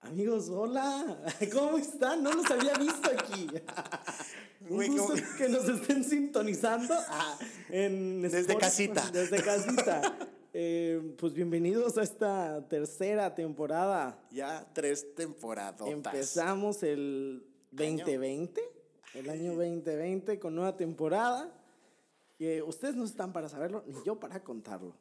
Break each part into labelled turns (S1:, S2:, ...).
S1: Amigos, hola, ¿cómo están? No los había visto aquí.
S2: Güey,
S1: Un gusto
S2: ¿cómo?
S1: que nos estén sintonizando ah, en
S2: Desde
S1: Spotify,
S2: casita.
S1: Desde casita. Eh, pues bienvenidos a esta tercera temporada.
S2: Ya tres temporadas.
S1: Empezamos el 2020, el año 2020 con nueva temporada. Que ustedes no están para saberlo, ni yo para contarlo.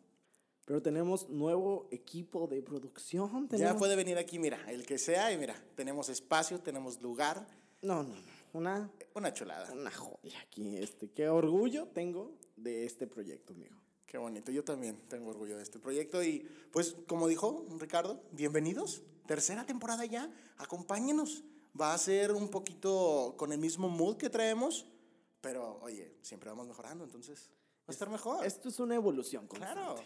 S1: Pero tenemos nuevo equipo de producción.
S2: Ya
S1: tenemos-
S2: puede venir aquí, mira, el que sea, y mira, tenemos espacio, tenemos lugar,
S1: No, no, no. Una,
S2: una chulada.
S1: una joya aquí. Este, qué orgullo tengo de este proyecto, amigo.
S2: Qué bonito, yo también tengo orgullo de este proyecto y pues como dijo Ricardo, bienvenidos, tercera temporada ya, acompáñenos. Va a ser un poquito con el mismo mood que traemos, pero oye, siempre vamos mejorando, entonces va a estar mejor.
S1: Esto es una evolución constante.
S2: claro.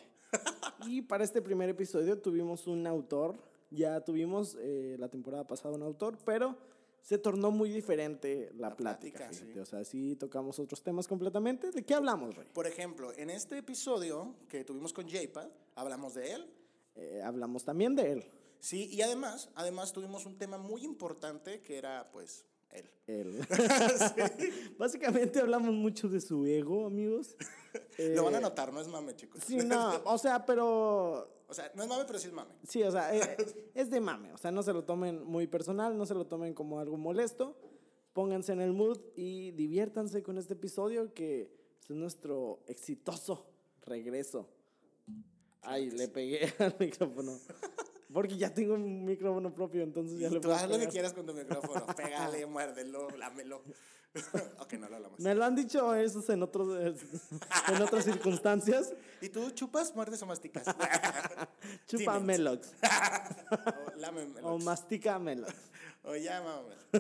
S1: Y para este primer episodio tuvimos un autor. Ya tuvimos eh, la temporada pasada un autor, pero se tornó muy diferente la,
S2: La
S1: plática.
S2: plática,
S1: fíjate.
S2: sí.
S1: O sea, sí tocamos otros temas completamente. ¿De qué hablamos, Rey?
S2: Por ejemplo, en este episodio que tuvimos con JPAD, hablamos de él,
S1: Eh, hablamos también de él.
S2: Sí, y además, además tuvimos un tema muy importante que era, pues, él.
S1: Él. Básicamente hablamos mucho de su ego, amigos.
S2: Lo van a
S1: Eh,
S2: notar, no es mame, chicos.
S1: Sí, no, o sea, pero
S2: o sea, no es mame, pero sí es mame.
S1: Sí, o sea, eh, es de mame. O sea, no se lo tomen muy personal, no se lo tomen como algo molesto. Pónganse en el mood y diviértanse con este episodio que es nuestro exitoso regreso. Ay, le pegué al micrófono. Porque ya tengo un micrófono propio, entonces ya
S2: Y
S1: le
S2: tú
S1: puedo
S2: haz lo que
S1: pegar.
S2: quieras con tu micrófono. Pégale, muérdelo, lámelo. ok, no lo lamas.
S1: Me lo han dicho esos en, otros, en otras circunstancias.
S2: ¿Y tú chupas, muerdes o masticas?
S1: Chupa
S2: Teenage.
S1: melox
S2: o lámemelo.
S1: o mastica melox.
S2: O llámame.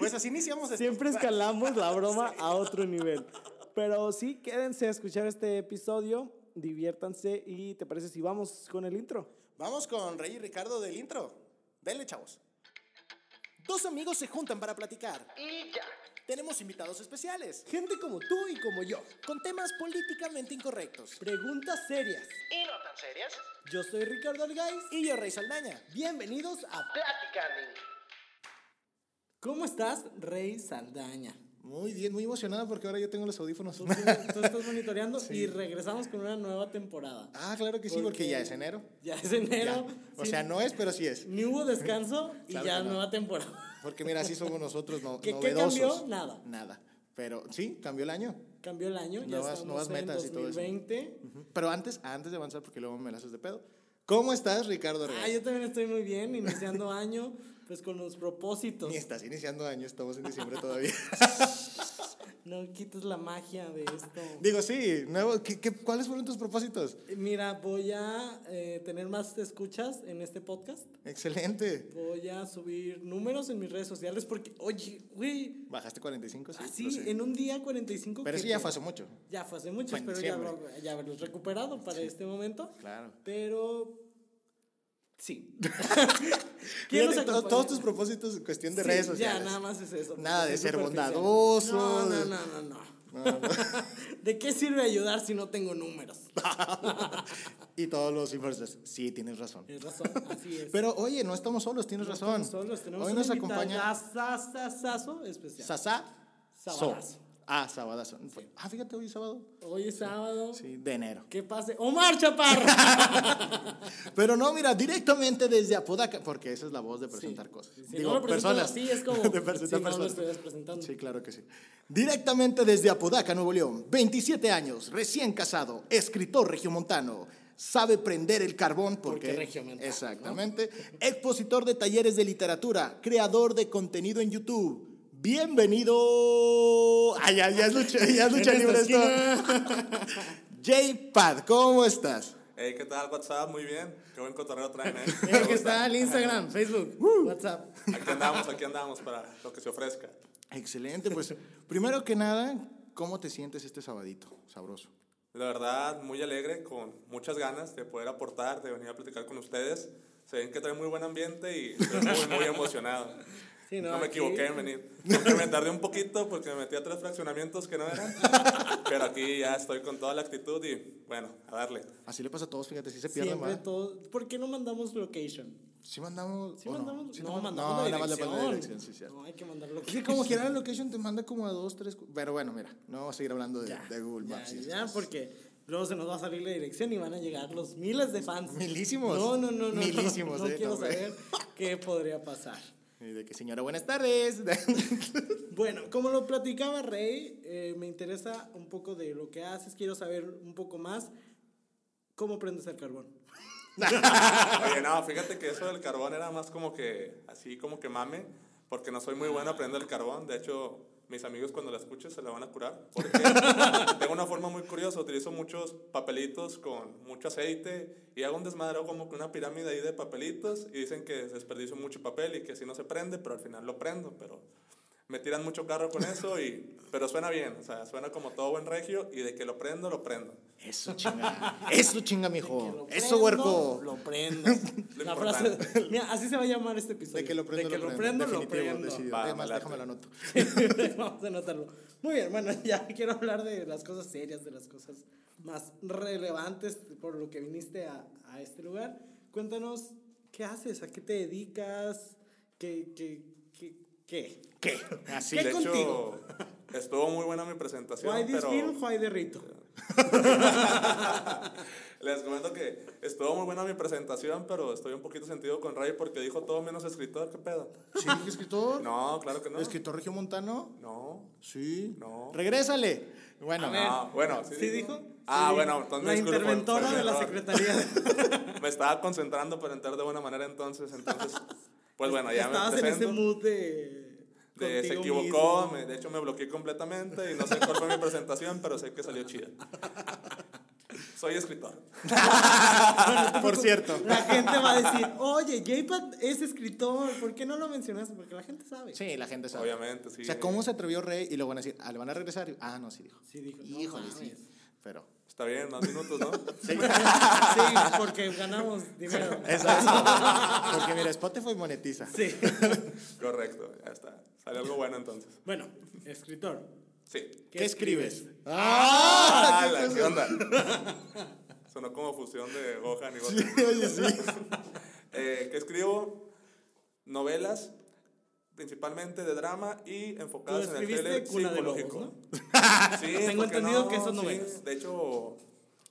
S2: pues así iniciamos. esto.
S1: Siempre
S2: Va.
S1: escalamos la broma a otro nivel. Pero sí, quédense a escuchar este episodio, diviértanse y te parece si vamos con el intro.
S2: Vamos con Rey y Ricardo del intro. Dale, chavos. Dos amigos se juntan para platicar.
S3: Y ya.
S2: Tenemos invitados especiales.
S1: Gente como tú y como yo,
S2: con temas políticamente incorrectos.
S1: preguntas serias.
S3: ¿Y no tan serias?
S1: Yo soy Ricardo Algaiz.
S2: Y yo, Rey Saldaña.
S1: Bienvenidos a...
S3: Platicando.
S1: ¿Cómo estás, Rey Saldaña?
S4: Muy bien, muy emocionada porque ahora yo tengo los audífonos.
S1: Tú estás monitoreando y regresamos con una nueva temporada.
S4: ah, claro que sí, porque ya es enero.
S1: Ya es enero.
S4: Ya. O sea, no es, pero sí es.
S1: Ni hubo descanso y
S4: Claro
S1: ya
S4: que no.
S1: nueva temporada.
S4: Porque mira, así somos nosotros no,
S1: ¿Qué- qué
S4: novedosos.
S1: cambió? Nada.
S4: Nada. Pero sí, cambió el año.
S1: Cambió el año, ya
S4: Nuevas-
S1: estamos
S4: nuevas
S1: en
S4: metas y todo eso.
S1: 2020.
S4: Pero antes, antes de avanzar, porque luego me la haces de pedo. ¿Cómo estás, Ricardo Reyes?
S1: Ah, yo también estoy muy bien, iniciando año, pues con los propósitos.
S4: Ni estás iniciando año, estamos en diciembre todavía.
S1: No quites la magia de esto.
S4: Digo, sí, nuevo, ¿qué- qué- cuáles fueron tus propósitos?
S1: Mira, voy a eh, tener más escuchas en este podcast.
S4: Excelente.
S1: Voy a subir números en mis redes sociales porque, oye, güey,
S4: Bajaste 45, sí.
S1: así
S4: lo sé.
S1: Ah, en un día 45.
S4: Pero
S1: que
S4: eso ya
S1: te-
S4: fue hace mucho.
S1: Ya fue hace mucho,
S4: Fue en
S1: espero ya,
S4: diciembre.
S1: haberlo- ya haberlos recuperado para este momento.
S4: Claro.
S1: Pero. Sí.
S4: Fíjate,
S1: nos
S4: to-
S1: acompaña?
S4: todos tus propósitos en cuestión de redes
S1: Sí,
S4: sociales.
S1: Ya, nada más es eso.
S4: Nada
S1: porque
S4: de
S1: soy
S4: ser
S1: superficial.
S4: bondadoso,
S1: No, no,
S4: de-
S1: no, no, no. ¿De qué sirve ayudar si no tengo números?
S4: Y todos los influencers. Sí, tienes razón.
S1: Tienes razón, así es.
S4: Pero oye, no estamos solos, tienes razón.
S1: Solos tenemos
S4: Hoy
S1: un
S4: nos acompaña
S1: invitadazazazazo especial.
S4: Sasá
S1: Sabadazo.
S4: So. Ah, Sabadazo. Ah, fíjate, hoy es sábado.
S1: Hoy es sábado.
S4: Sí, de enero.
S1: ¿Qué pase? ¡Omar Chaparra!
S4: Pero no, mira, directamente desde Apodaca, porque esa es la voz de presentar cosas.
S1: Si no lo presento así, es como
S4: de
S1: si
S4: presentar
S1: no lo
S4: personas.
S1: estuvieras presentando.
S4: Sí, claro que sí. Directamente desde Apodaca, Nuevo León, 27 años, recién casado, escritor regiomontano, sabe prender el carbón porque,
S1: Porque regiomontano, ¿no?
S4: exactamente, expositor de talleres de literatura, creador de contenido en YouTube. Bienvenido. Ay, ya, ya es lucha, ya es lucha
S1: En esta
S4: libre esto. J-Pad, ¿cómo estás?
S5: Hey, ¿qué tal? WhatsApp, muy bien. Qué buen cotorreo traen, ¿eh? Me
S1: Mira que
S5: gusta.
S1: está el Instagram, Facebook, WhatsApp.
S5: Aquí andamos, aquí andamos para lo que se ofrezca.
S4: Excelente, pues primero que nada, ¿cómo te sientes este sabadito? Sabroso.
S5: La verdad, muy alegre, con muchas ganas de poder aportar, de venir a platicar con ustedes. Se ven que traen muy buen ambiente y estoy muy, muy emocionado.
S1: Sí, no,
S5: no, me
S1: aquí-
S5: equivoqué en venir. Aunque me tardé un poquito porque me metí a tres fraccionamientos que no eran. Pero aquí ya estoy con toda la actitud y bueno, a darle.
S4: Así le pasa a todos, fíjate, si se pierden,
S1: Siempre
S4: ¿verdad?
S1: todo. ¿Por qué no mandamos location?
S4: ¿Sí mandamos?
S1: Sí
S4: o no?
S1: mandamos-
S4: Sí
S1: no,
S4: te manda-
S1: mandamos
S4: no,
S1: la
S4: nada más le
S1: dirección.
S4: mandé la dirección, sí, cierto.
S1: No, hay que mandarlo.
S4: Es que como quiera la location te manda como a dos, tres. cu- Pero bueno, mira, no vamos a seguir hablando de, de Google
S1: ya,
S4: Maps. y esas
S1: ya,
S4: cosas.
S1: porque luego se nos va a salir la dirección y van a llegar los miles de fans.
S4: Milísimos.
S1: No, no, no, no. no,
S4: Milísimos,
S1: No,
S4: eh,
S1: quiero
S4: no, güey.
S1: saber qué podría pasar.
S4: Y de que señora, buenas tardes.
S1: Bueno, como lo platicaba Rey, eh, me interesa un poco de lo que haces. Quiero saber un poco más cómo prendes el carbón.
S5: Oye, no, fíjate que eso del carbón era más como que, así como que mame, porque no soy muy bueno aprendiendo el carbón. De hecho, mis amigos cuando la escuchen se la van a curar. Porque tengo una forma muy curiosa, utilizo muchos papelitos con mucho aceite y hago un desmadre, hago como que una pirámide ahí de papelitos y dicen que desperdicio mucho papel y que si no se prende, pero al final lo prendo, pero... Me tiran mucho carro con eso, y, pero suena bien, o sea, suena como todo buen regio y de que lo prendo, lo prendo.
S4: Eso chinga. Eso chinga,
S1: Que
S4: mijo.
S1: lo
S4: Eso,
S1: prendo,
S4: huerco.
S1: Lo prendo.
S5: Lo
S1: La frase.
S5: importante.
S1: Mira, así se va a llamar este episodio.
S4: De que lo prendo,
S1: De que
S4: lo
S1: lo prendo,
S4: prendo.
S1: lo
S4: Definitivo,
S1: prendo.
S4: decidido.
S5: Va,
S4: Además,
S5: me late.
S4: déjame la anoto.
S1: Vamos a anotarlo. Muy bien, bueno, ya quiero hablar de las cosas serias, de las cosas más relevantes por lo que viniste a, a este lugar. Cuéntanos, ¿qué haces? ¿A qué te dedicas? ¿Qué? ¿Qué? ¿Qué? qué?
S4: ¿Qué? Así.
S1: ¿Qué
S5: de
S1: contigo?
S5: hecho, estuvo muy buena mi presentación,
S1: Why this
S5: pero...
S1: film? Why the rito?
S5: Les comento que estuvo muy buena mi presentación, pero estoy un poquito sentido con Ray porque dijo todo menos escritor, ¿qué pedo?
S4: ¿Sí, escritor?
S5: No, claro que no.
S4: ¿Escritor regiomontano?
S5: No,
S4: Sí.
S5: no.
S4: Regrésale. Bueno,
S1: A ver.
S5: No, Ah, bueno, sí,
S1: ¿Sí dijo?
S5: Ah,
S1: Sí
S5: bueno,
S1: dijo.
S5: entonces
S1: La
S5: disculpa,
S1: interventora
S5: fue mi
S1: de la
S5: error.
S1: Secretaría.
S5: Me estaba concentrando para entrar de buena manera entonces, entonces, pues bueno, ya me
S1: Estabas en ese
S5: presento.
S1: mood de...
S5: De- se
S1: contigo
S5: equivocó,
S1: mismo.
S5: me- de hecho me bloqueé completamente y no sé cuál fue mi presentación, pero sé que salió chida. Soy escritor.
S4: por cierto.
S1: La gente va a decir, oye, JPAT es escritor, ¿por qué no lo mencionaste? Porque la gente sabe.
S4: Sí, la gente sabe.
S5: Obviamente, sí.
S4: O sea, ¿cómo se atrevió Rey? Y luego van a decir, ah, le van a regresar. Ah, no, sí dijo.
S1: Sí, dijo, no
S4: Híjole, sí.
S1: mames.
S4: Pero.
S5: Está bien, más minutos, ¿no?
S1: Sí, porque ganamos dinero.
S4: Exacto. Porque mira, Spotify monetiza.
S1: Sí.
S5: Correcto, ya está. Sale algo bueno entonces.
S1: Bueno, escritor.
S5: Sí.
S4: ¿Qué, escribes?
S5: ¡Ah!
S4: ¡Ah!
S5: la-
S4: ¿Qué
S5: ¿Qué
S4: cosa?
S5: onda? Sonó como fusión de Gohan y Gohan.
S4: Oye, sí.
S5: Eh, que escribo novelas, principalmente de drama y enfocadas
S1: Tú
S5: en el
S1: escribiste
S5: thriller
S1: Cuna de Lobos,
S5: psicológico.
S1: ¿no? Ah,
S5: Sí,
S1: Tengo
S5: porque
S1: entendido
S5: no,
S1: que son
S5: sí,
S1: novelas.
S5: de hecho,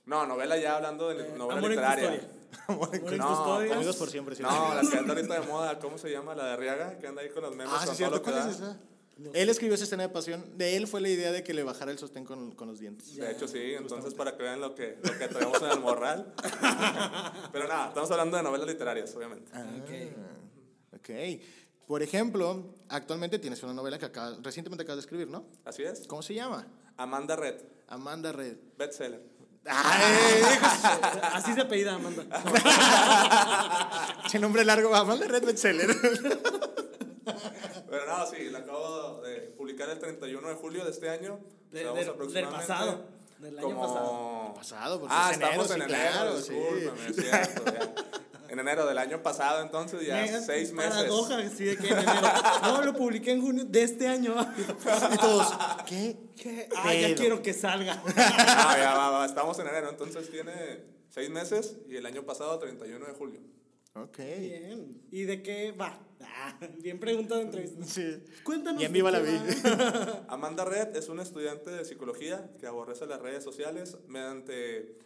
S5: no, novela ya hablando de
S1: Eh,
S5: novela
S1: Amor en
S5: literaria.
S1: custodia.
S4: Amor en
S1: Amor en
S5: No,
S1: custodia.
S4: Amigos por siempre, Ah, sí.
S5: No, la que anda ahorita de moda, ¿cómo se llama? La de Arriaga, que anda ahí con los memes.
S4: Ah, sí,
S5: con
S4: es
S5: todo
S4: cierto.
S5: lo que
S4: ¿Cuál
S5: da.
S4: es esa? Él escribió esa escena de pasión. De él fue la idea de que le bajara el sostén con, con los dientes.
S5: De hecho, sí, entonces para que vean lo que, lo que traemos en el morral. Pero nada, estamos hablando de novelas literarias, obviamente.
S4: Ah, ok. Por ejemplo, actualmente tienes una novela que acabas- recientemente acabas de escribir, ¿no?
S5: Así es.
S4: ¿Cómo se llama?
S5: Amanda Red,
S4: Amanda Red.
S5: bestseller.
S1: Así se apellida Amanda.
S4: Ese nombre largo. Amanda Red bestseller.
S5: Pero no, sí, la acabo de publicar el 31 de julio de este año.
S1: De-
S5: Estamos
S1: del- del
S5: aproximadamente
S1: pasado, del año pasado.
S4: Del pasado, porque
S5: ah,
S4: es enero,
S5: estamos en
S4: sí,
S5: enero,
S4: claro, sí.
S5: discúlpame, es cierto, ya. En enero del año pasado, entonces, ya
S1: Mega
S5: seis meses.
S1: Paradoja, sí, de que en enero. No, lo publiqué en junio de este año.
S4: y todos, ¿qué?
S1: ¿Qué? Ah, ya
S4: Pedo.
S1: quiero que salga.
S5: Ah, ya, va, va, estamos en enero, entonces tiene seis meses y el año pasado 31 de julio.
S4: Ok.
S1: Bien. ¿Y de qué va? Ah, bien pregunta de entrevista.
S4: Sí.
S1: Cuéntanos.
S4: Bien
S1: de
S4: viva
S1: qué
S4: la
S1: va.
S4: vi.
S5: Amanda Red es una estudiante de psicología que aborrece las redes sociales mediante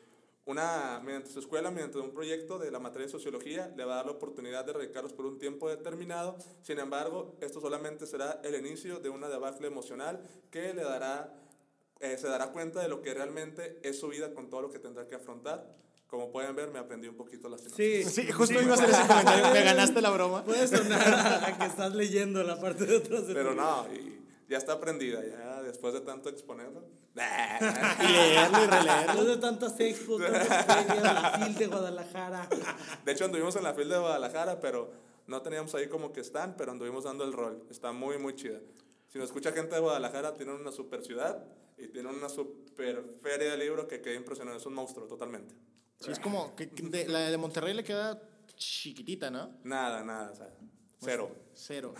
S5: una mediante su escuela, mediante un proyecto de la materia de sociología, le va a dar la oportunidad de radicarlos por un tiempo determinado. Sin embargo, esto solamente será el inicio de una debacle emocional que le dará eh, se dará cuenta de lo que realmente es su vida con todo lo que tendrá que afrontar. Como pueden ver, me aprendí un poquito la sinopsis.
S1: Sí,
S4: Sí, justo iba a hacer ese comentario. Me ganaste la broma.
S1: Puede sonar a, a que estás leyendo la parte de atrás de
S5: Pero
S1: tu-
S5: no, y ya está aprendida, ya después de tanto exponerlo.
S4: Y leerlo y releerlo.
S1: Después de tantas expos, tantas ferias, la FIL de Guadalajara.
S5: De hecho, anduvimos en la fila de Guadalajara, pero no teníamos ahí como que están, pero anduvimos dando el rol. Está muy, muy chida. Si nos escucha gente de Guadalajara, tienen una super ciudad y tienen una super feria de libro que quedé impresionado. Es un monstruo, totalmente.
S4: Sí, es como que que de- la de Monterrey le queda chiquitita, ¿no?
S5: Nada, nada. O sea, Cero.
S4: Cero.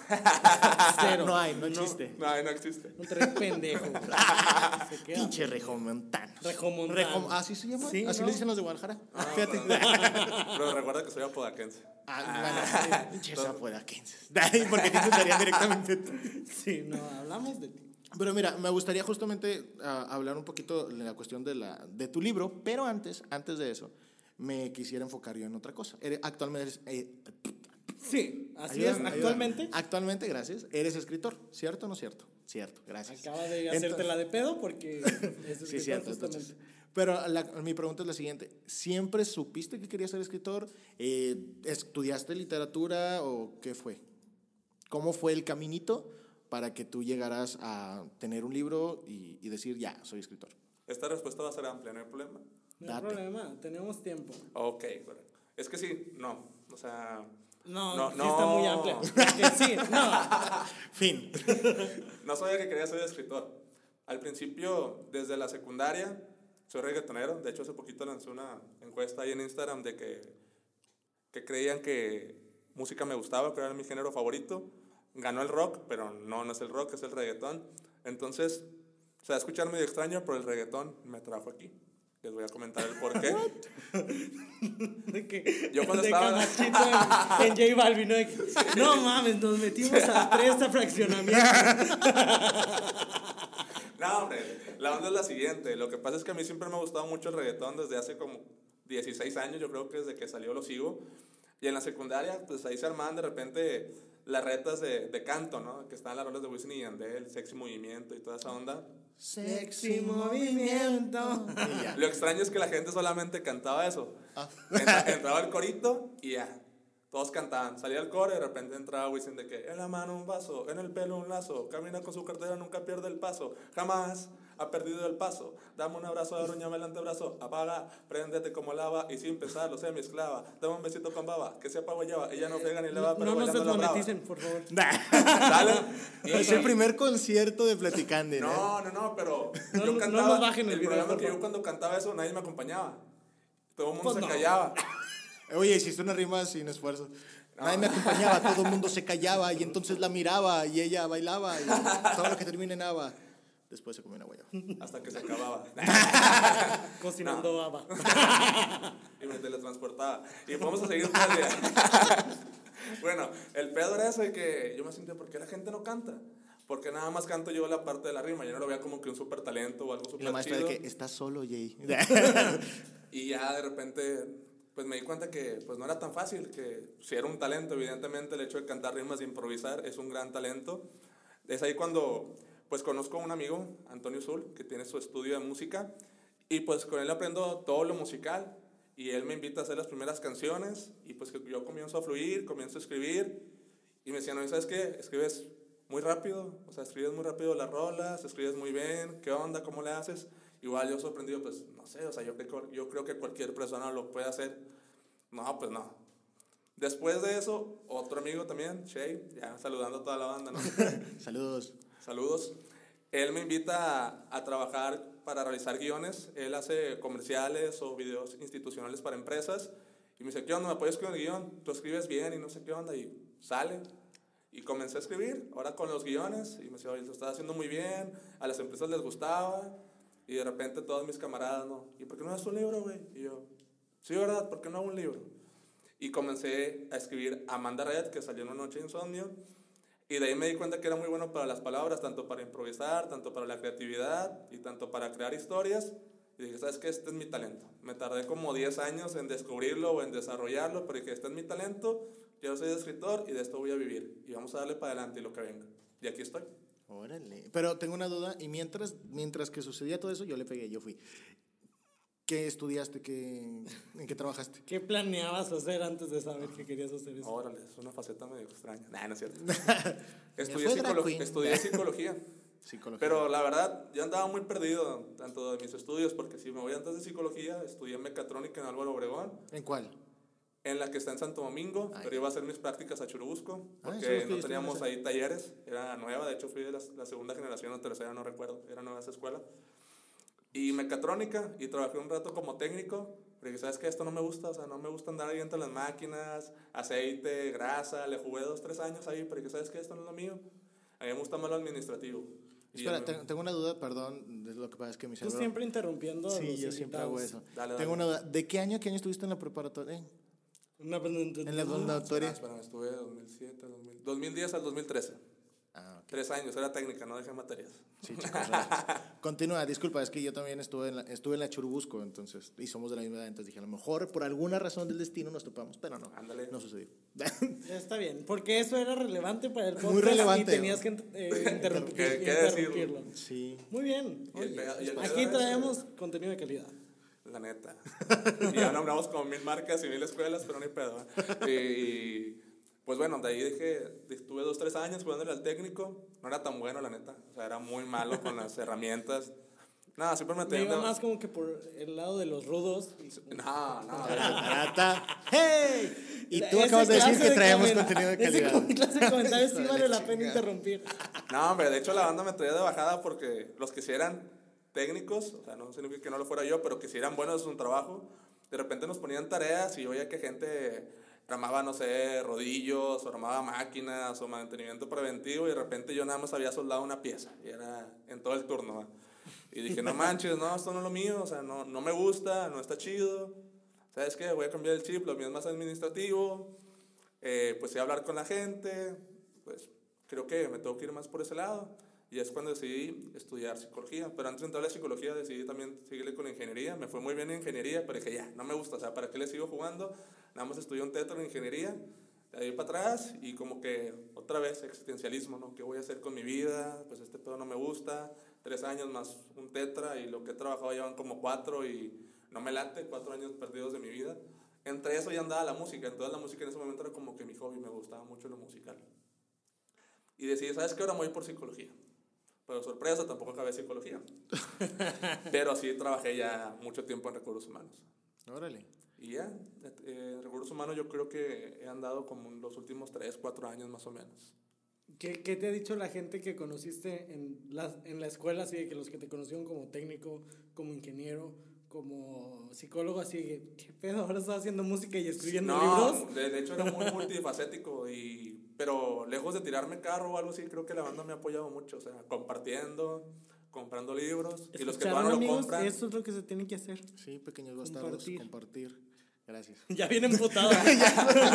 S1: Cero.
S4: No hay, no existe.
S5: No, ahí no existe.
S1: Un tres pendejo. güey. Se queda.
S4: Pinche rejomontano.
S1: Rejomontano.
S4: Rejom- ¿Así se llama?
S1: Sí,
S4: Así
S1: ¿no?
S4: le dicen los de Guadalajara. Fíjate.
S5: Pero recuerda que soy apodaquense.
S4: Ah, bueno, pinche sapo de Akenses. Porque te insultarían directamente. tú.
S1: Sí, no, hablamos de ti.
S4: Pero mira, me gustaría justamente ah, hablar un poquito de la cuestión de, la, de tu libro, pero antes, antes de eso, me quisiera enfocar yo en otra cosa. Eres- Actualmente eres, eh,
S1: Sí, así
S4: Ayúdame,
S1: es.
S4: ayúdame.
S1: Actualmente
S4: Actualmente, gracias. Eres escritor, ¿cierto o no cierto? Cierto, gracias.
S1: acaba de hacerte la de pedo porque es
S4: Sí,
S1: escritor
S4: cierto.
S1: justamente.
S4: entonces. Pero la- mi pregunta es la siguiente. ¿Siempre supiste que querías ser escritor? Eh, ¿Estudiaste literatura o qué fue? ¿Cómo fue el caminito para que tú llegaras a tener un libro y, y decir, ya, soy escritor?
S5: Esta respuesta va a ser amplia, no hay problema.
S1: No hay
S4: Date.
S1: problema, tenemos tiempo.
S5: Ok, bueno. Es que sí, no. O sea.
S1: No,
S5: No,
S1: sí
S5: no.
S1: está muy amplia. Porque sí, no.
S4: Fin.
S5: No sabía que quería ser escritor. Al principio, desde la secundaria, soy reggaetonero. De hecho, hace poquito lancé una encuesta ahí en Instagram de que, que creían que música me gustaba, que era mi género favorito. Ganó el rock, pero no, no es el rock, es el reggaetón. Entonces, se va a escuchar medio extraño, pero el reggaetón me trajo aquí. Les voy a comentar el porqué.
S1: De que,
S5: Yo cuando
S1: de
S5: estaba-
S1: Camachito en, en J Balvin, ¿no? De que, no mames, nos metimos a tres a fraccionamiento.
S5: No, hombre, la onda es la siguiente. Lo que pasa es que a mí siempre me ha gustado mucho el reggaetón desde hace como 16 años, yo creo que desde que salió lo sigo. Y en la secundaria, pues ahí se armaban de repente las retas de, de canto, ¿no? Que estaban las rolas de Wisin y Yandel, Sexy Movimiento y toda esa onda.
S1: Sexy movimiento.
S4: Y ya.
S5: Lo extraño es que la gente solamente cantaba eso. Entra- entraba el corito y ya. Todos cantaban. Salía el coro y de repente entraba Wisin de que en la mano un vaso, en el pelo un lazo, camina con su cartera, nunca pierde el paso, jamás ha perdido el paso. Dame un abrazo, arruñame el antebrazo, apaga, préndete como lava y sin pensarlo, sea mi esclava. Dame un besito con baba, que sepa guayaba, ella no pega ni le va,
S1: No,
S5: pero
S1: no nos
S5: bailando la brava.
S1: desmoneticen, por favor.
S5: Sale. Y-
S4: Es el primer concierto de Platicande.
S5: no, no, no, pero
S1: ¿eh? No,
S5: yo
S1: no, no
S5: cantaba.
S1: nos bajen el
S5: el
S1: video,
S5: problema
S1: por
S5: es que yo
S1: favor.
S5: cuando cantaba eso nadie me acompañaba. Todo el mundo
S1: Pues
S5: se
S1: no.
S5: callaba.
S4: Oye, hiciste una rima sin esfuerzo. Nadie me acompañaba, todo el mundo se callaba y entonces la miraba y ella bailaba y todo lo que termine en aba. Después se comió una guayaba.
S5: Hasta que se acababa.
S1: Cocinando baba.
S5: y me teletransportaba. Y vamos a seguir con el día. bueno, el pedo era ese que yo me sentía, ¿por qué la gente no canta? Porque nada más canto yo la parte de la rima. Yo no lo veía como que un súper talento o algo
S4: Y la
S5: súper
S4: maestra
S5: chido.
S4: de que estás solo, Jay.
S5: Y ya de repente, pues me di cuenta que pues no era tan fácil, que si era un talento, evidentemente el hecho de cantar rimas y improvisar es un gran talento. Es ahí cuando pues conozco a un amigo, Antonio Zul, que tiene su estudio de música, y pues con él aprendo todo lo musical, y él me invita a hacer las primeras canciones, y pues que yo comienzo a fluir, comienzo a escribir, y me decían, oye, ¿sabes qué? Escribes muy rápido, o sea, escribes muy rápido las rolas, escribes muy bien, ¿qué onda? ¿Cómo le haces? Igual yo sorprendido, pues, no sé, o sea, yo, creo- yo creo que cualquier persona lo puede hacer. No, pues no. Después de eso, otro amigo también, Shay, ya saludando a toda la banda, ¿no?
S4: Saludos.
S5: Saludos. Él me invita a, a trabajar para realizar guiones. Él hace comerciales o videos institucionales para empresas. Y me dice, ¿qué onda? ¿Me apoyas con el guión? Tú escribes bien y no sé qué onda. Y sale. Y comencé a escribir, ahora con los guiones. Y me dice, oye, lo estás haciendo muy bien. A las empresas les gustaba. Y de repente todos mis camaradas, ¿no? ¿Y por qué no haces un libro, güey? Y yo, sí, ¿verdad? ¿Por qué no hago un libro? Y comencé a escribir Amanda Red, que salió en una noche de insomnio. Y de ahí me di cuenta que era muy bueno para las palabras, tanto para improvisar, tanto para la creatividad y tanto para crear historias. Y dije, ¿sabes qué? Este es mi talento. Me tardé como 10 años en descubrirlo o en desarrollarlo, pero dije, este es mi talento, yo soy escritor y de esto voy a vivir. Y vamos a darle para adelante y lo que venga. Y aquí estoy.
S4: Órale. Pero tengo una duda y mientras, mientras que sucedía todo eso, yo le pegué, yo fui. ¿Qué estudiaste? ¿Qué, ¿En qué trabajaste?
S1: ¿Qué planeabas hacer antes de saber que querías hacer eso?
S5: Órale, es una faceta medio extraña. Nah, no es cierto.
S4: Me
S5: estudié,
S4: fue drag
S5: psicolo-
S4: queen.
S5: estudié psicología.
S4: Psicología.
S5: Pero la verdad, yo andaba muy perdido tanto de mis estudios, porque si me voy antes de psicología, estudié mecatrónica en Álvaro Obregón.
S4: ¿En cuál?
S5: en la que está en Santo Domingo,
S4: Ay.
S5: pero iba a hacer mis prácticas a Churubusco,
S4: Ah, eso
S5: porque
S4: es lo que yo
S5: no
S4: estoy
S5: teníamos
S4: pensando.
S5: ahí talleres, era nueva, de hecho fui de la, la segunda generación o tercera, no recuerdo, era nueva esa escuela. Y mecatrónica, y trabajé un rato como técnico, Pero dije, ¿sabes qué? Esto no me gusta, o sea, no me gusta andar ahí entre las máquinas, aceite, grasa, le jugué dos, tres años ahí, pero dije, ¿sabes qué? Esto no es lo mío. A mí me gusta más lo administrativo. Y ya
S4: Espera,
S5: me- Ah,
S4: te- tengo una duda, perdón, de lo que pasa es que mi
S1: Tú
S4: cerebro...
S1: siempre interrumpiendo. a
S4: Sí,
S1: los
S4: yo siempre hago
S1: invitados.
S4: eso.
S5: Dale,
S4: Tengo una
S5: dale.
S4: duda. ¿De qué año a qué año estuviste en la preparatoria? Eh,
S1: Una
S4: En la
S5: Espera,
S4: preparatoria.
S5: espera, estuve 2007, 2000, 2010 al 2013.
S4: Ah, ok.
S5: Tres años, era técnica, no dejé materias.
S4: Sí, chicos. rayos. Continúa, disculpa, es que yo también estuve en la, estuve en la Churubusco, entonces, y somos de la misma edad, entonces dije, a lo mejor por alguna razón del destino nos topamos, pero no,
S5: Ándale.
S4: no sucedió.
S1: Está bien, porque eso era relevante para el podcast.
S4: relevante.
S1: Y tenías que eh, interrumpir-
S5: ¿Qué- qué decirlo?
S1: interrumpirlo.
S4: sí.
S1: Muy bien.
S5: Y el pedo- y el pedo
S1: Aquí
S5: es-
S1: traemos contenido de calidad.
S5: La neta. y ya nombramos como mil marcas y mil escuelas, pero no hay pedo. ¿eh? Y pues bueno, de ahí dije, estuve dos, tres años jugándole al técnico. No era tan bueno, la neta. O sea, era muy malo con las herramientas. Nada, siempre me
S1: Me
S5: tenía...
S1: iba más como que por el lado de los rudos.
S5: No, no.
S4: Barata. ¡Hey! Y tú
S1: Ese
S4: acabas de decir
S1: clase
S4: que traemos
S1: comen-
S4: contenido de
S1: ese
S4: calidad.
S1: como clase de comentarios sí
S4: Hijo de
S1: vale
S4: la
S1: la pena
S4: chingada.
S1: interrumpir.
S5: No, hombre, de hecho la banda me traía de bajada porque los que sí eran técnicos, o sea, no significa que no lo fuera yo, pero que sí eran buenos en su trabajo, de repente nos ponían tareas y yo veía que gente armaba, no sé, rodillos, o armaba máquinas, o mantenimiento preventivo, y de repente yo nada más había soldado una pieza, y era en todo el turno. ¿va? Y dije, no manches, no, esto no es lo mío, o sea, no, no me gusta, no está chido, ¿sabes qué? Voy a cambiar el chip, lo mío es más administrativo, eh, pues sí hablar con la gente, pues creo que me tengo que ir más por ese lado. Y es cuando decidí estudiar psicología. Pero antes de entrar a la psicología decidí también seguirle con ingeniería. Me fue muy bien en ingeniería, pero dije, ya, no me gusta. O sea, ¿para qué le sigo jugando? Nada más estudié un teatro en ingeniería, de ahí para atrás y como que otra vez existencialismo, ¿no? ¿Qué voy a hacer con mi vida? Pues este pedo no me gusta. Tres años más un tetra y lo que he trabajado llevan como cuatro y no me late, cuatro años perdidos de mi vida. Entre eso ya andaba la música, entonces la música en ese momento era como que mi hobby, me gustaba mucho lo musical. Y decidí, ¿sabes qué? Ahora me voy por psicología. Pero sorpresa, tampoco acabé psicología. Pero sí trabajé ya mucho tiempo en recursos humanos.
S4: Órale.
S5: Y ya, eh, en recursos humanos yo creo que he andado como en los últimos 3, 4 años más o menos.
S1: ¿Qué, qué te ha dicho la gente que conociste en la, en la escuela? Así de que los que te conocieron como técnico, como ingeniero, como psicólogo, así de que, ¿qué pedo? Ahora estás haciendo música y escribiendo libros.
S5: de, de hecho era muy multifacético, y, pero lejos de tirarme carro o algo así, creo que la banda me ha apoyado mucho, o sea, compartiendo, comprando libros, y los que
S1: ¿Escucharon,
S5: todavía no lo
S1: amigos?
S5: compran.
S1: Eso es lo que se tiene que hacer.
S4: Sí, pequeños bastardos,
S1: Compartir.
S4: compartir. Gracias.
S1: ya viene emputado.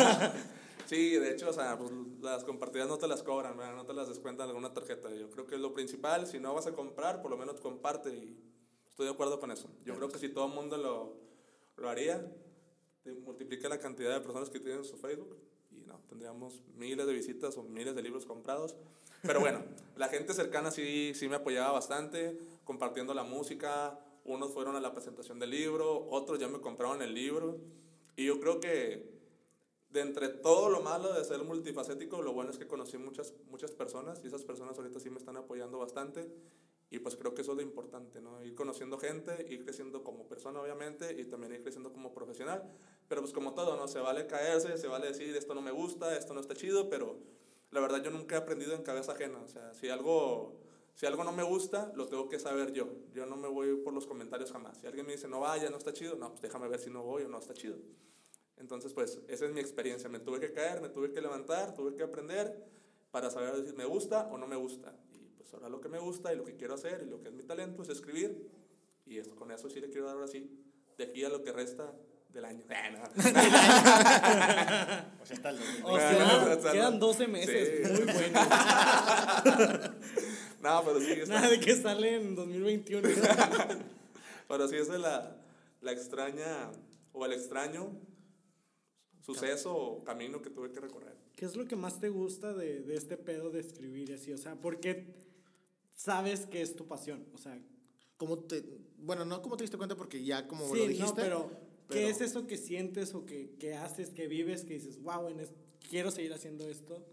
S5: Sí, de hecho, o sea, pues, las compartidas no te las cobran, ¿verdad? no te las descuentan en alguna tarjeta. Yo creo que es lo principal. Si no vas a comprar, por lo menos comparte y estoy de acuerdo con eso. Yo creo que si todo el mundo lo, lo haría, te multiplica la cantidad de personas que tienen su Facebook y no, tendríamos miles de visitas o miles de libros comprados. Pero bueno, la gente cercana sí, sí me apoyaba bastante, compartiendo la música. Unos fueron a la presentación del libro, otros ya me compraron el libro. Y yo creo que de entre todo lo malo de ser multifacético, lo bueno es que conocí muchas, muchas personas y esas personas ahorita sí me están apoyando bastante y pues creo que eso es lo importante, ¿no? Ir conociendo gente, ir creciendo como persona obviamente y también ir creciendo como profesional, pero pues como todo, ¿no? Se vale caerse, se vale decir esto no me gusta, esto no está chido, pero la verdad yo nunca he aprendido en cabeza ajena, o sea, si algo... Si algo no me gusta, lo tengo que saber yo. Yo no me voy por los comentarios jamás. Si alguien me dice, no vaya, no está chido, no, pues déjame ver si no voy o no está chido. Entonces, pues, esa es mi experiencia. Me tuve que caer, me tuve que levantar, tuve que aprender para saber si me gusta o no me gusta. Y pues ahora lo que me gusta y lo que quiero hacer y lo que es mi talento es escribir. Y esto, con eso sí le quiero dar ahora sí, de aquí a lo que resta del año. Eh, no.
S4: O sea, tal
S1: o
S5: Bueno,
S1: sea,
S5: o sea,
S1: quedan
S5: no.
S1: 12 meses.
S5: Sí.
S1: Muy bueno.
S5: No, pero sí, está-
S1: Nada de que sale en 2021.
S5: Pero sí, esa es la, la extraña o el extraño suceso o camino que tuve que recorrer.
S1: ¿Qué es lo que más te gusta de, de este pedo de escribir así? O sea, ¿por qué sabes que es tu pasión? O sea,
S4: ¿Cómo te, bueno, no como te diste cuenta porque ya como
S1: sí,
S4: lo dijiste.
S1: no, pero, ¿qué
S4: pero-
S1: es eso que sientes o que, que haces, que vives, que dices, wow, en es- quiero seguir haciendo esto?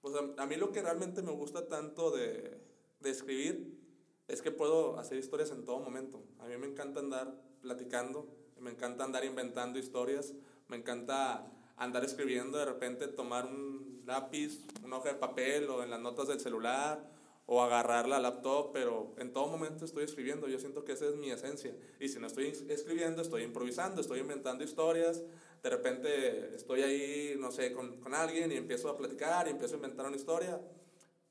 S5: Pues a, a mí lo que realmente me gusta tanto de, de escribir es que puedo hacer historias en todo momento. A mí me encanta andar platicando, me encanta andar inventando historias, me encanta andar escribiendo, de repente tomar un lápiz, una hoja de papel o en las notas del celular o agarrar la laptop, pero en todo momento estoy escribiendo, yo siento que esa es mi esencia. Y si no estoy escribiendo, estoy improvisando, estoy inventando historias, de repente estoy ahí, no sé, con, con alguien y empiezo a platicar y empiezo a inventar una historia.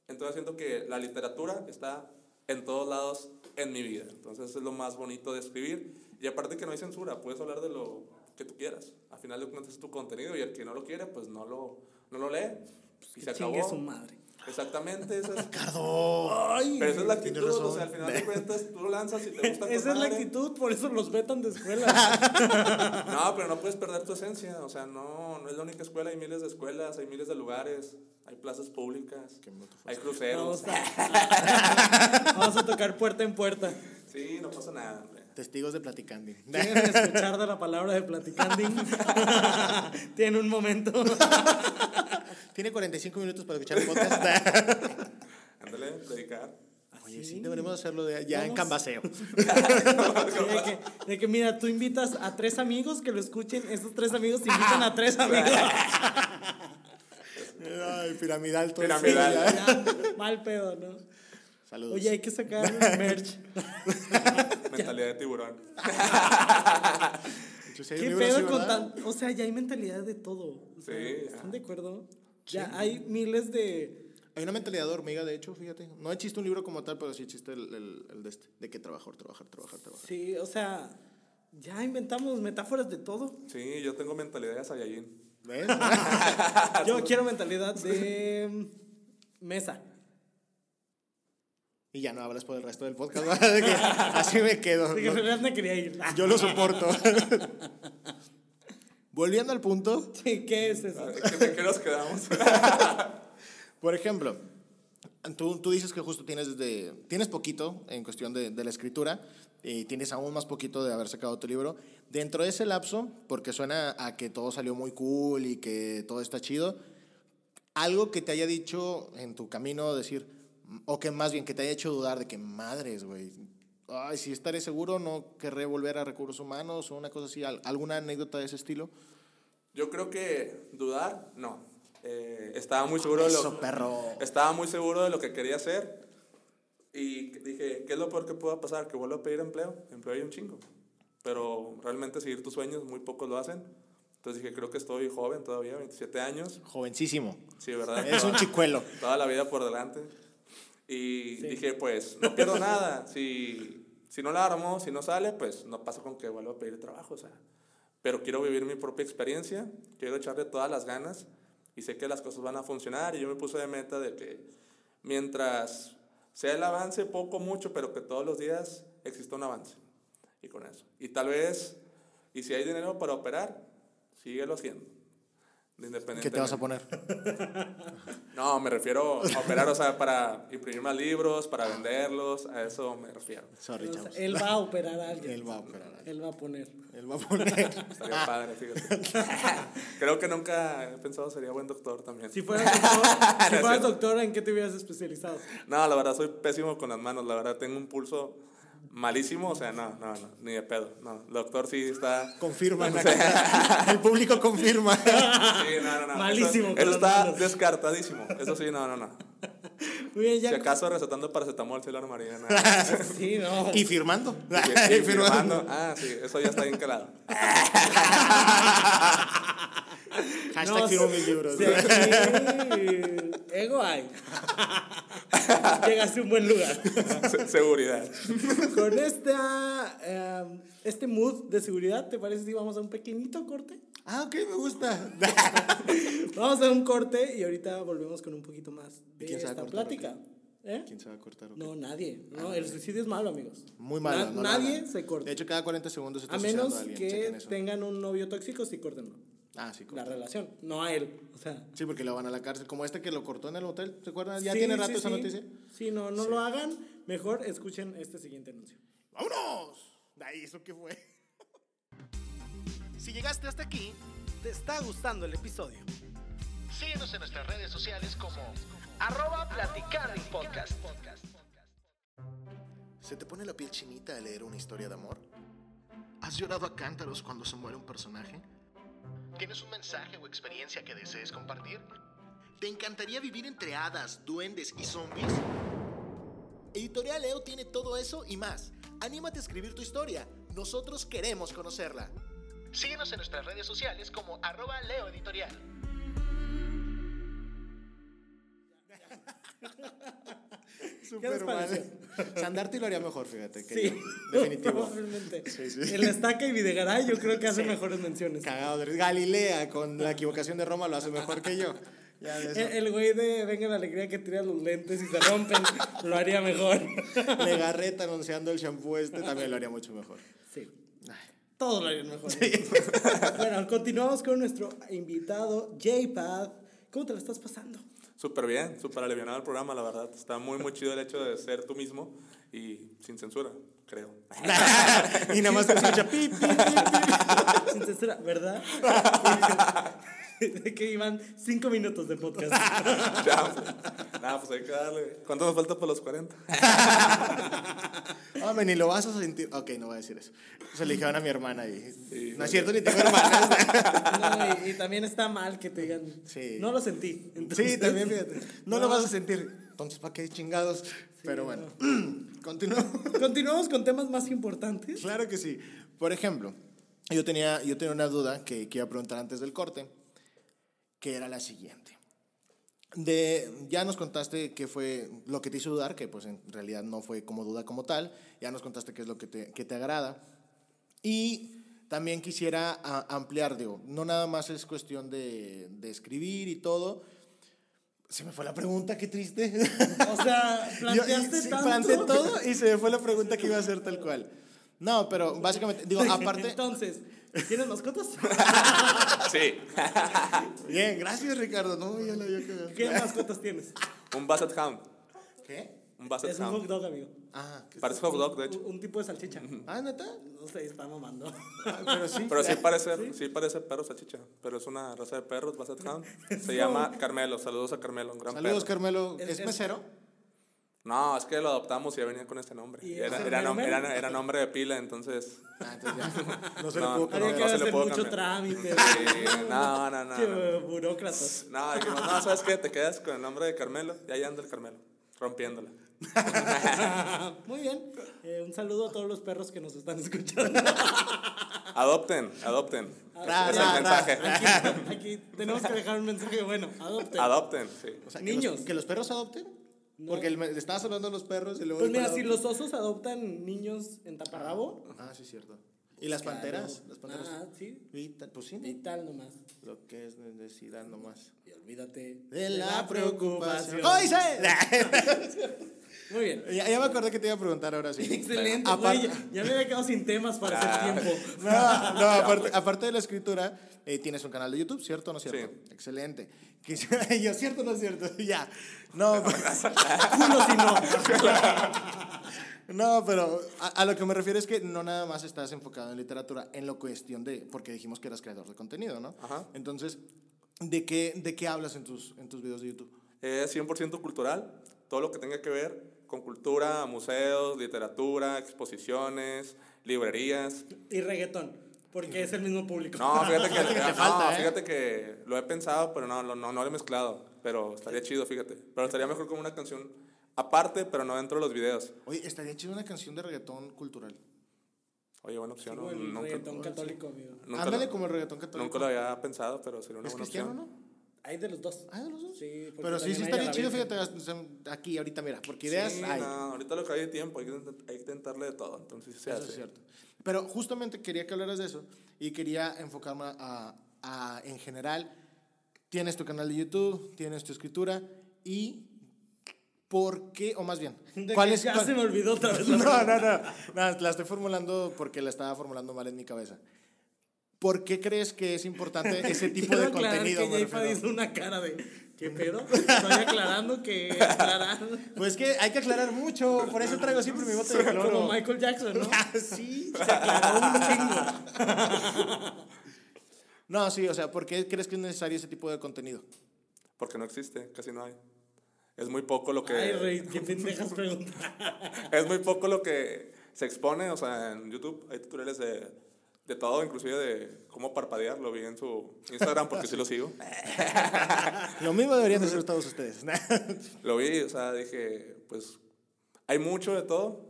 S5: Entonces siento que la literatura está en todos lados en mi vida. Entonces es lo más bonito de escribir. Y aparte que no hay censura, puedes hablar de lo que tú quieras. Al final de cuentas es tu contenido y el que no lo quiere, pues no lo, no lo lee. y se acabó.
S1: Pues Chingue su madre.
S5: Exactamente, esa es,
S4: Ay,
S5: pero esa es la
S4: tienes
S5: actitud. O
S4: razón.
S5: sea, al final de cuentas tú lo lanzas y te gusta. con
S1: Esa es la
S5: madre.
S1: actitud, por eso los vetan de escuela.
S5: No, pero no puedes perder tu esencia. O sea, no, no es la única escuela. Hay miles de escuelas, hay miles de lugares, hay plazas públicas,
S4: Qué moto fue.
S1: pues.
S5: hay cruceros.
S1: Vamos a, vamos a tocar puerta en puerta.
S5: Sí, no pasa nada. hombre.
S4: Testigos de platicando.
S1: Quieren escuchar de la palabra de platicanding. Tienen un momento.
S4: Tiene 45 minutos para escuchar el podcast.
S5: Ándale, dedicar.
S4: Oye, sí, deberíamos hacerlo de- ya en
S1: Vamos.
S4: cambaseo.
S1: Sí, de, que, de que, mira, tú invitas a tres amigos que lo escuchen. Estos tres amigos invitan a tres amigos.
S4: Ay, piramidal. todo
S5: Piramidal.
S4: eso, ya.
S1: Ya, mal pedo, ¿no?
S4: Saludos.
S1: Oye, hay que sacar merch.
S5: Mentalidad de tiburón.
S4: Entonces, hay un
S1: ¿Qué
S4: libro así,
S1: pedo con
S4: ¿verdad?
S1: tan.? O sea, ya hay mentalidad de todo. O sea,
S5: Sí, ya.
S1: ¿Están de acuerdo? Ya hay miles de.
S4: Hay una mentalidad de hormiga, de hecho, fíjate. No existe un libro como tal, pero sí existe el, el- el de este. De que trabajar, trabajar, trabajar, trabajar.
S1: Sí, o sea, ya inventamos metáforas de todo.
S5: Sí, yo tengo mentalidad de Saiyajin.
S4: ¿Ves?
S1: Yo quiero mentalidad de. Mesa.
S4: y ya no hablas por el resto del podcast. ¿verdad? De que así me quedo.
S1: De que
S4: ¿no?
S1: en realidad me quería ir.
S4: Yo lo soporto. Volviendo al punto,
S1: ¿Qué es eso?
S5: Ah,
S4: Ah,
S5: ¿De qué nos quedamos?
S4: por ejemplo, tú, tú dices que justo tienes, de, tienes poquito en cuestión de, de la escritura y tienes aún más poquito de haber sacado tu libro. Dentro de ese lapso, porque suena a que todo salió muy cool y que todo está chido, algo que te haya dicho en tu camino, decir, "Mm, o que más bien que te haya hecho dudar de que madres, güey. Ay, si estaré seguro, no querré volver a recursos humanos o una cosa así, al- alguna anécdota de ese estilo.
S5: Yo creo que dudar, no. Eh, estaba muy seguro de lo
S4: Eso, perro.
S5: Estaba muy seguro de lo que quería hacer y dije, ¿qué es lo peor que pueda pasar? Que vuelva a pedir empleo. Empleo hay un chingo. Pero realmente seguir tus sueños, muy pocos lo hacen. Entonces dije, creo que estoy joven todavía, 27 años.
S4: Jovencísimo.
S5: Sí, ¿verdad?
S4: Es un
S5: Toda-
S4: chicuelo.
S5: Toda la vida por delante. Y dije, pues, no pierdo nada. Si, si no la armo, si no sale, pues no pasa con que vuelva a pedir trabajo. O sea, pero quiero vivir mi propia experiencia, quiero echarle todas las ganas y sé que las cosas van a funcionar. Y yo me puse de meta de que mientras sea el avance, poco, mucho, pero que todos los días exista un avance. Y con eso. Y tal vez, y si hay dinero para operar, síguelo haciendo.
S4: ¿Qué te vas a
S5: Independientemente.
S4: poner?
S5: No, me refiero a operar, o sea, para imprimir más libros, para venderlos, a eso me refiero.
S4: Sorry,
S1: O sea,
S4: chavos.
S1: él va a operar a alguien.
S4: Él va a operar a alguien.
S1: Él va a poner.
S4: Él va a poner.
S5: Estaría
S1: Ah.
S5: padre, fíjate. Creo que nunca he pensado sería buen doctor también.
S1: Si fueras doctor, si
S5: No es
S1: fueras
S5: cierto.
S1: doctora, ¿en qué te hubieras especializado?
S5: No, la verdad soy pésimo con las manos, la verdad tengo un pulso malísimo, o sea, no, no, no, ni de pedo. No, el doctor sí está
S4: Confirman acá. El público confirma.
S5: Sí, no, no, no.
S1: Malísimo
S5: Eso,
S1: con
S5: eso
S1: las
S5: está
S1: manos.
S5: descartadísimo. Eso sí, no, no, no.
S1: Muy bien, ya.
S5: Si acaso recetando paracetamol, sí lo armaría. nada.
S1: Sí, no.
S4: Y firmando.
S5: Y- y
S4: Y firmando.
S5: firmando. Ah, sí, eso ya está encalado.
S4: Hashtag
S1: No,
S4: firmo
S1: sí,
S4: mis libros.
S1: sí, aquí, ego hay. Llegaste a un buen lugar.
S5: Se- Seguridad.
S1: Con esta, em, este mood de seguridad, ¿te parece si vamos a un pequeñito corte?
S4: Ah, ok, me gusta.
S1: Vamos a un corte y ahorita volvemos con un poquito más de
S4: quién se va a
S1: esta
S4: cortar
S1: plática. ¿Eh?
S4: ¿Quién se va a cortar? o qué?
S1: No, nadie. No, el suicidio es malo, amigos.
S4: Ah, Muy malo.
S1: Na-
S4: no lo
S1: nadie
S4: hagan.
S1: se corta.
S4: De hecho, cada 40 segundos se está
S1: a menos
S4: suicidando alguien.
S1: que
S4: chequen eso.
S1: tengan un novio tóxico, sí córtenlo.
S4: Ah, sí, corta.
S1: La relación, no a él. O sea,
S4: Sí, porque lo van a la cárcel. Como este que lo cortó en el hotel. ¿Se acuerdan? Ya
S1: sí,
S4: tiene
S1: sí,
S4: rato esa
S1: sí.
S4: noticia.
S1: Sí, no, no lo hagan. Mejor escuchen este siguiente anuncio.
S4: ¡Vámonos! Ahí, ¿eso qué fue?
S3: Si llegaste hasta aquí,
S1: ¿Te está gustando el episodio?
S3: síguenos en nuestras redes sociales como arroba platicando podcast.
S6: ¿Se te pone la piel chinita al leer una historia de amor? ¿Has llorado a cántaros cuando se muere un personaje? ¿Tienes un mensaje o experiencia que desees compartir? ¿Te encantaría vivir entre hadas, duendes y zombies? Editorial EO tiene todo eso y más. Anímate a escribir tu historia. Nosotros queremos conocerla. Síguenos en nuestras redes sociales como arroba Leo Editorial.
S1: les
S4: Superman. Sandarti lo haría mejor, fíjate. Que
S1: Sí,
S4: yo. Definitivo.
S1: probablemente.
S4: Sí, sí.
S1: El Estaca y Videgaray yo creo que hace mejores menciones.
S4: Cagado. de risa. Galilea, con la equivocación de Roma, lo hace mejor que yo. Ya de eso.
S1: El, E, el güey de Venga la Alegría que tira los lentes y se rompen lo haría mejor.
S4: eh. Legarreta anunciando el shampoo este también lo haría mucho mejor.
S1: Sí. Todos lo harían mejor. bueno, continuamos con nuestro invitado, J-Pad. ¿Cómo te lo estás pasando?
S5: Súper bien, súper alivianado el programa, la verdad. Está muy, muy chido el hecho de ser tú mismo y sin censura, creo.
S4: y nada más te escucha pi, pi,
S1: Sin censura, ¿verdad? De que iban cinco minutos de podcast.
S5: Ya, pues. Nada, pues hay que darle. ¿Cuánto nos falta por los 40?
S4: Hombre, ni lo vas a sentir. Ok, no voy a decir eso. Se le dijeron a mi hermana y. no es cierto, ni tengo hermanas.
S1: No, y, y también está mal que te digan.
S4: Sí.
S1: No lo sentí. Entonces,
S4: sí, también, fíjate. No, lo vas a sentir. Entonces, ¿para qué chingados? Pero bueno, continuamos.
S1: Continuamos con temas más importantes.
S4: Claro que sí. Por ejemplo, yo tenía, yo tenía una duda que, que iba a preguntar antes del corte, que era la siguiente. De, ya nos contaste qué fue lo que te hizo dudar, que pues en realidad no fue como duda como tal, ya nos contaste qué es lo que te, que te agrada. Y también quisiera a- ampliar, digo, no nada más es cuestión de, de escribir y todo. Se me fue la pregunta, qué triste.
S1: O sea, planteaste
S4: Yo- sí,
S1: tanto.
S4: planteé todo y se me fue la pregunta que iba a hacer tal cual. No, pero básicamente, digo, aparte.
S1: Entonces, ¿tienes mascotas?
S5: Sí.
S4: Bien, gracias Ricardo. No, ya la había cagado.
S1: ¿Qué mascotas tienes?
S5: Un Basset Hound.
S4: ¿Qué?
S5: Un Basset
S1: Es un hot
S5: Hound.
S1: dog, amigo.
S4: Ah, ¿qué-
S5: Parece um, hot dog, de hecho.
S1: Un, un tipo de salchicha.
S4: ah, neta.
S1: No sé, está mamando.
S4: Ah, pero sí.
S5: Pero sí parece, ¿Sí? parece perro salchicha. Pero es una raza de perros, Basset Hound. Se llama Carmelo. Saludos a Carmelo, un gran
S4: Saludos,
S5: perro.
S4: Carmelo.
S1: Es-
S4: ¿Es,
S1: es-
S4: mesero?
S5: No, es que lo adoptamos y ya venía con este nombre.
S1: ¿Y
S5: Era,
S1: ese
S5: era, nom-
S1: Mero Mero?
S5: era- era nombre de pila, entonces.
S4: Ah, entonces ya. No se
S5: no,
S4: le pudo
S5: no,
S1: Había
S4: creer.
S1: que
S5: no se le
S1: hacer
S5: puedo
S1: mucho
S5: cambiar.
S1: trámite.
S5: Sí, eh, no, no, no,
S1: Che,
S5: no.
S1: Burócratas.
S5: No, dijimos, no, ¿sabes qué? Te quedas con el nombre de Carmelo. Y ahí anda el Carmelo, rompiéndola.
S1: Muy bien. Eh, un saludo a todos los perros que nos están escuchando.
S5: Adopten, adopten.
S4: Ra,
S5: es
S4: ra,
S5: el mensaje.
S4: ah,
S1: Aquí, aquí tenemos que dejar un mensaje bueno. Adopten.
S5: Adopten, sí.
S4: O sea, Que
S1: Niños.
S4: los, que los perros adopten. Porque el, me- le estabas hablando de los perros y luego.
S1: Pues
S4: después
S1: mira, si
S4: adopten.
S1: los osos adoptan niños en taparrabo.
S4: Ah, sí, cierto. ¿Y las panteras? Las panteras.
S1: Ah, sí.
S4: Vital, pues sí, ¿no?
S1: Vital nomás.
S4: Lo que es necesidad nomás.
S1: Y olvídate
S4: De la preocupación.
S1: ¡Ay! Muy bien.
S4: Ya, ya me acordé que te iba a preguntar ahora sí.
S1: Excelente, güey,
S4: Aparte-
S1: ya- ya me había quedado sin temas para
S4: Ah.
S1: hacer tiempo.
S4: No, no, aparte, aparte de la escritura, eh, tienes un canal de YouTube, ¿cierto o no es cierto?
S5: Sí.
S4: Excelente. Quisiera- yo, ¿cierto o no es cierto? ya. No, pues, pero,
S1: Culo si no.
S4: no, pero a, a lo que me refiero es que no nada más estás enfocado en literatura, en la cuestión de, porque dijimos que eras creador de contenido, ¿no?
S5: Ajá.
S4: Entonces, ¿de qué, de qué hablas en tus, en tus videos de YouTube?
S5: Es 100% cultural, todo lo que tenga que ver con cultura, museos, literatura, exposiciones, librerías.
S1: Y reggaetón, porque es el mismo público.
S5: No, fíjate que,
S4: Te
S5: no,
S4: falta, ¿eh?
S5: fíjate que lo he pensado, pero no, no, no lo he mezclado. Pero estaría chido, fíjate. Pero estaría mejor como una canción aparte, pero no dentro de los videos.
S4: Oye, estaría chido una canción de reggaetón cultural.
S5: Oye, buena opción.
S1: Como
S5: ¿no?
S1: el
S5: Nunca,
S1: reggaetón católico, amigo.
S5: nunca
S4: Ándale
S5: lo,
S4: como el reggaetón católico.
S5: nunca lo había pensado, pero sería una
S4: ¿Es
S5: buena
S4: cristiano,
S5: opción.
S4: no?
S1: Hay de los dos.
S4: Ah, de los dos.
S1: Sí, porque
S4: Pero sí,
S1: también hay
S4: sí
S1: a
S4: estaría
S1: la
S4: chido,
S1: Virgen.
S4: fíjate, hasta- hasta aquí ahorita, mira, porque ideas
S5: Sí,
S4: hay.
S5: no, ahorita lo que hay de tiempo, hay que, intent- hay que intentarle de todo. Entonces, sí se
S4: Eso
S5: hace.
S4: es cierto. Pero justamente quería que hablaras de eso y quería enfocarme a, a- en general, tienes tu canal de YouTube, tienes tu escritura y por qué, o más bien,
S1: De
S4: ¿cuál
S1: que
S4: es?
S1: ya
S4: cuál-
S1: se me olvidó otra vez.
S4: no, no, no, no, la estoy formulando porque la estaba formulando mal en mi cabeza. ¿Por qué crees que es importante ese tipo
S1: Quiero
S4: de
S1: aclarar
S4: contenido? me
S1: que Jayfa
S4: refiero?
S1: hizo una cara de ¿qué pedo? Estoy aclarando que aclarar
S4: Pues que hay que aclarar mucho, por eso traigo siempre mi bote de
S1: como
S4: cloro.
S1: Michael Jackson, ¿no?
S4: Ah, sí.
S1: Se aclaró un chingo.
S4: No, sí, o sea, ¿por qué crees que es necesario ese tipo de contenido?
S5: Porque no existe, casi no hay. Es muy poco lo que.
S1: Ay, rey, qué pendejas preguntas.
S5: es muy poco lo que se expone, o sea, en YouTube hay tutoriales de, de todo, inclusive de cómo parpadear, lo vi en su Instagram porque sí lo sigo.
S4: Lo mismo deberían de hacer todos ustedes.
S5: Lo vi, o sea, dije, pues Hay mucho de todo,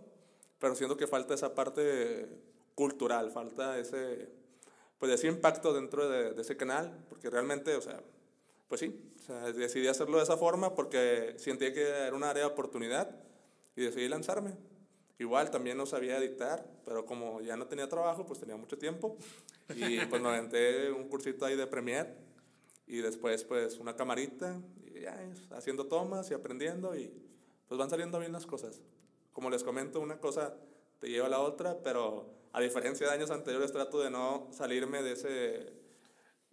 S5: pero siento que falta esa parte cultural, falta ese, pues ese impacto dentro de, de ese canal, porque realmente, o sea, pues sí, o sea, decidí hacerlo de esa forma porque sentía que era una área de oportunidad y decidí lanzarme. Igual también no sabía editar, pero como ya no tenía trabajo, pues tenía mucho tiempo y pues me aventé un cursito ahí de Premiere y después pues una camarita y ya es, haciendo tomas y aprendiendo y pues van saliendo bien las cosas. Como les comento, una cosa te lleva a la otra, pero a diferencia de años anteriores trato de no salirme de ese,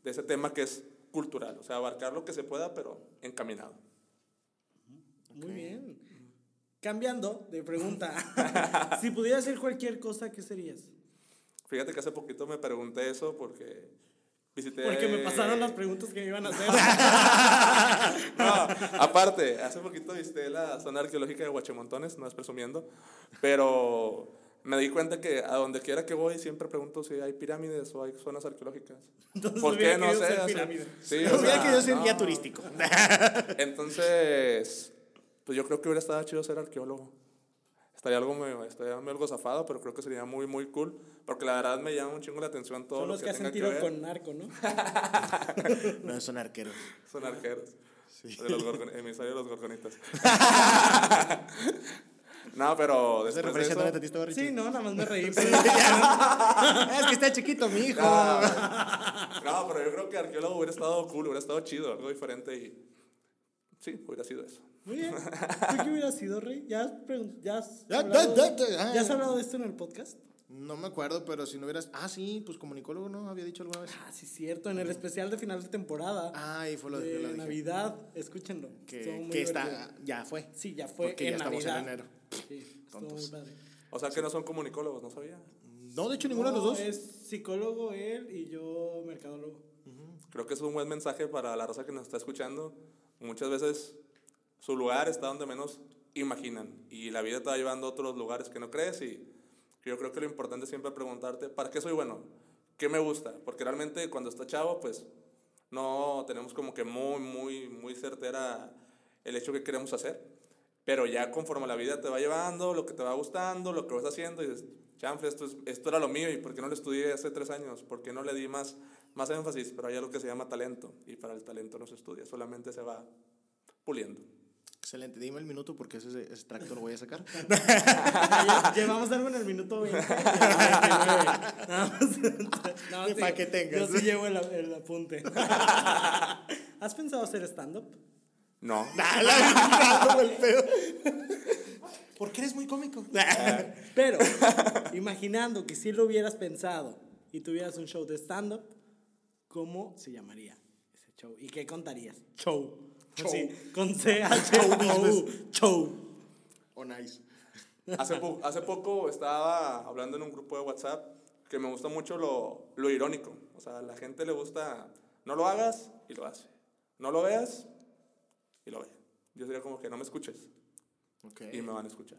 S5: de ese tema que es cultural, o sea, abarcar lo que se pueda, pero encaminado.
S1: Muy bien. Cambiando de pregunta, si pudieras ser cualquier cosa, ¿qué serías?
S5: Fíjate que hace poquito me pregunté eso porque visité...
S1: Porque me pasaron las preguntas que me iban a hacer.
S5: No, aparte, hace poquito visité la zona arqueológica de Huachimontones, no es presumiendo, pero me di cuenta que a donde quiera que voy siempre pregunto si hay pirámides o hay zonas arqueológicas.
S1: Entonces
S5: ¿Por
S1: hubiera
S5: qué? No
S1: querido
S5: sé.
S1: ser
S5: o sea,
S1: pirámide.
S5: sí,
S4: Yo
S5: o sea,
S4: que yo soy guía
S5: no.
S4: turístico.
S5: Entonces, pues yo creo que hubiera estado chido ser arqueólogo. Estaría algo, medio- estaría medio algo zafado, pero creo que sería muy, muy cool, porque la verdad me llama un chingo la atención todo
S1: Son
S5: lo
S1: los
S5: que,
S1: que hacen
S5: tenga que
S1: tiro
S5: ver.
S1: con narco, ¿no?
S4: No, son arqueros.
S5: Son arqueros. De los gorgon- emisario de los gorgonitas. no, pero
S4: ¿Esa
S5: después
S4: referencia
S5: de
S4: no la
S5: eso-
S4: entendiste, Barry?
S1: Sí, no, nada más me reí.
S4: Es que está chiquito mi hijo.
S5: No, pero yo creo que arqueólogo hubiera estado cool, hubiera estado chido, algo diferente y... Sí, hubiera sido eso.
S1: Muy bien. ¿Tú qué hubieras sido, Rey? ¿Ya has, pregun- ya has
S4: Ya,
S1: hablado,
S4: ya, ya, ya.
S1: ¿ya has hablado de esto en el podcast?
S4: No me acuerdo, pero si no hubieras. Ah, sí, pues comunicólogo, ¿no? Había dicho alguna vez.
S1: Ah, sí, cierto. En el especial de final de temporada.
S4: Ay, Ah, fue lo de-
S1: de
S4: lo dije.
S1: Navidad. Escúchenlo. Estuvo
S4: Que,
S1: muy
S4: que
S1: divertido.
S4: está. Ya fue.
S1: Sí, ya fue
S4: Porque
S1: en
S4: ya estamos en
S1: Navidad.
S4: enero.
S1: Sí, estuvo
S4: Tontos.
S1: muy padre.
S5: O sea que no son comunicólogos, no sabía.
S4: No, de hecho, ninguno de los
S1: No,
S4: dos.
S1: Es psicólogo él y yo mercadólogo.
S5: Creo que es un buen mensaje para la raza que nos está escuchando. Muchas veces su lugar está donde menos imaginan y la vida te va llevando a otros lugares que no crees y yo creo que lo importante es siempre preguntarte, ¿para qué soy bueno? ¿Qué me gusta? Porque realmente cuando está chavo, pues no tenemos como que muy, muy, muy certera el hecho que queremos hacer. Pero ya conforme la vida te va llevando, lo que te va gustando, lo que vas haciendo, y dices, chanfle, esto, es- esto era lo mío, ¿y por qué no lo estudié hace tres años? ¿Por qué no le di más, más énfasis? Pero hay algo que se llama talento, y para el talento no se estudia, solamente se va puliendo.
S4: Excelente, dime el minuto porque ese, ese extracto lo voy a sacar.
S1: Lle- Llevamos algo en el minuto 20. Nada más- nada más
S4: Pa'
S1: digo,
S4: que tengas.
S1: Yo sí llevo el, el apunte. ¿Has pensado hacer stand-up?
S5: No.
S4: porque eres muy cómico.
S1: Pero, imaginando que sí lo hubieras pensado y tuvieras un show de stand-up, ¿cómo se llamaría ese show? ¿Y qué contarías? Show. Así, con C, H, O, U. Show.
S4: o nice.
S5: Hace, po- hace poco estaba hablando en un grupo de WhatsApp que me gusta mucho lo, lo irónico. O sea, a la gente le gusta, no lo hagas y lo hace. No lo veas y lo ve. Yo sería como que no me escuches y me van a escuchar.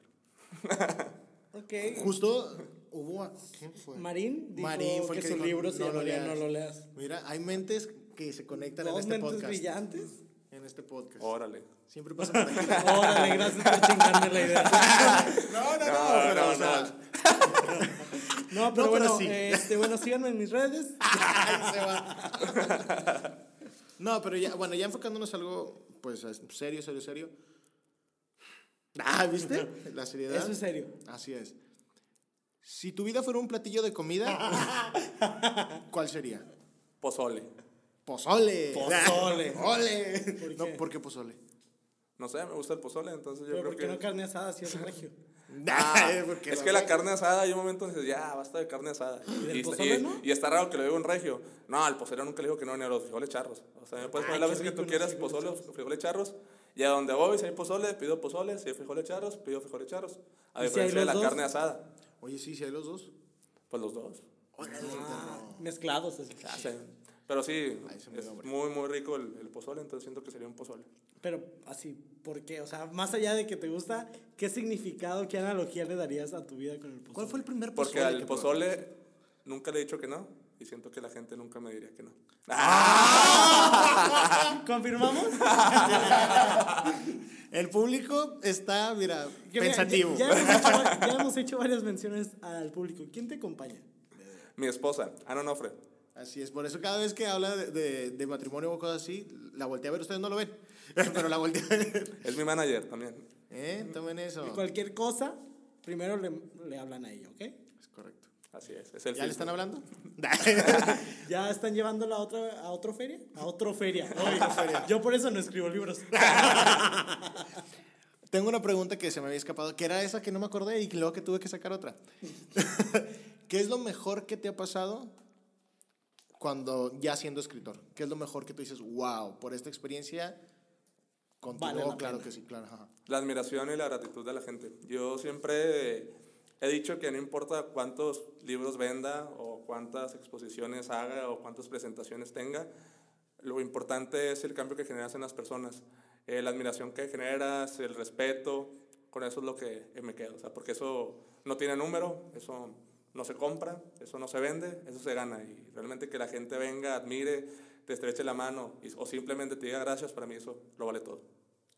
S1: Ok.
S4: Justo hubo. a- ¿Quién fue?
S1: Marín dijo
S4: Marín fue el
S1: que,
S4: que
S1: su
S4: dijo,
S1: libro se
S4: "No lo
S1: llamaría
S4: leas".
S1: No lo leas.
S4: Mira, hay mentes que se conectan en
S1: Dos
S4: este
S1: mentes
S4: podcast.
S1: brillantes.
S4: En este podcast.
S5: Órale.
S4: Siempre pasa por aquí.
S1: Órale, gracias por chingarme la idea.
S4: No, no, no, pero, o sea,
S1: No, pero
S4: No, pero
S1: bueno,
S4: sí.
S1: este, bueno, síganme en mis redes.
S4: ahí se va. No, pero ya, bueno, ya enfocándonos a algo, pues, es- serio, serio, serio. Ah, ¿viste? La seriedad.
S1: Eso es serio.
S4: Así es. Si tu vida fuera un platillo de comida, ¿cuál sería?
S5: Pozole.
S4: Pozole.
S1: Pozole.
S4: Ole.
S1: ¿Por qué?
S4: No, ¿por qué pozole?
S5: No sé, me gusta el pozole, entonces yo
S1: Pero
S5: creo
S1: ¿por qué
S5: que...
S1: no carne asada si es regio?
S5: Ah,
S4: Porque
S5: es que la carne asada, hay un momento en que dices, ya, basta de carne asada.
S1: ¿Y del
S5: Y, está-
S1: pozole
S5: y-
S1: no?
S5: y está raro que lo diga un regio. No, al pozolero nunca le digo que no, ni a los frijoles charros. O sea, me puedes poner la
S1: qué
S5: vez que
S1: rico
S5: tú
S1: los
S5: quieras
S1: frijoles
S5: pozole, frijoles charros. Y a donde voy, si hay pozole, pido pozole. Si hay frijoles charros, pido frijoles charros. A
S1: ¿Y si hay
S5: diferencia de la
S1: los dos?
S5: carne asada.
S4: Oye, sí, si hay los dos.
S5: Pues los dos.
S1: Ah, Mezclados. así.
S5: Ya sé. Pero sí,
S4: Ay, se me
S5: es
S4: dio hambre.
S5: muy, muy rico el, el pozole, entonces siento que sería un pozole.
S1: Pero así, ¿por qué? O sea, más allá de que te gusta, ¿qué significado, qué analogía le darías a tu vida con el pozole?
S4: ¿Cuál fue el primer pozole?
S5: Porque al
S4: que
S5: pozole nunca le he dicho que no. Y siento que la gente nunca me diría que no.
S1: ¿Confirmamos?
S4: probaste? El público está, mira,
S1: Que mira,
S4: pensativo.
S1: Ya, ya hemos hecho, va- ya hemos hecho varias menciones al público. ¿Quién te acompaña?
S5: Mi esposa, Ana Onofre.
S4: Así es, por eso cada vez que habla de, de- de matrimonio o cosas así, la voltea a ver, ustedes no lo ven, pero la voltea a ver.
S5: Es mi manager también.
S4: ¿Eh? Tomen eso.
S1: Cualquier cosa, primero le, le hablan a ella, ¿ok?
S4: Es correcto.
S5: Así es. es el
S4: ¿Ya le
S5: filtro.
S4: están hablando?
S1: ¿Ya están llevando la otra, a otra feria? A otra feria. Oye, yo por eso no escribo libros.
S4: Tengo una pregunta que se me había escapado, que era esa que no me acordé y que luego que tuve que sacar otra. ¿Qué es lo mejor que te ha pasado cuando ya siendo escritor? ¿Qué es lo mejor que tú dices, wow, por esta experiencia contigo?
S1: Vale la
S4: claro
S1: pena.
S4: que sí, claro. ajá.
S5: La admiración y la gratitud de la gente. Yo siempre he dicho que no importa cuántos libros venda o cuántas exposiciones haga o cuántas presentaciones tenga, lo importante es el cambio que generas en las personas, eh, la admiración que generas, el respeto, con eso es lo que me quedo, o sea, porque eso no tiene número, eso no se compra, eso no se vende, eso se gana y realmente que la gente venga, admire, te estreche la mano y- o simplemente te diga gracias, para mí eso lo vale todo.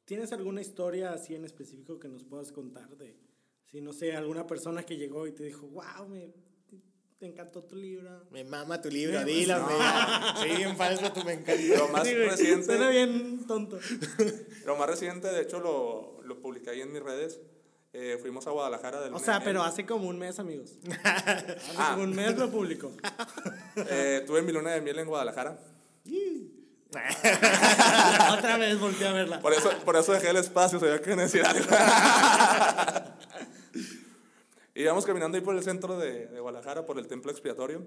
S1: ¿Tienes alguna historia así en específico que nos puedas contar de, si no sé, alguna persona que llegó y te dijo, wow, me, te encantó tu libro?
S4: Me mama tu libro,
S1: Me-
S4: dilo. me- Sí, bien falso, tú me encanta.
S5: Lo más
S1: Sí, güey,
S5: reciente...
S1: Suena bien tonto.
S5: Lo más reciente, de hecho, lo, lo publiqué ahí en mis redes. Eh, fuimos a Guadalajara del
S1: O sea,
S5: Meme.
S1: pero hace como un mes, amigos. Hace
S5: Ah.
S1: como un mes lo publicó.
S5: Eh, tuve mi luna de miel en Guadalajara.
S1: Otra vez volteé a verla.
S5: Por eso, por eso dejé el espacio, sabía que necesitaba algo. y íbamos caminando ahí por el centro de, de Guadalajara, por el templo expiatorio.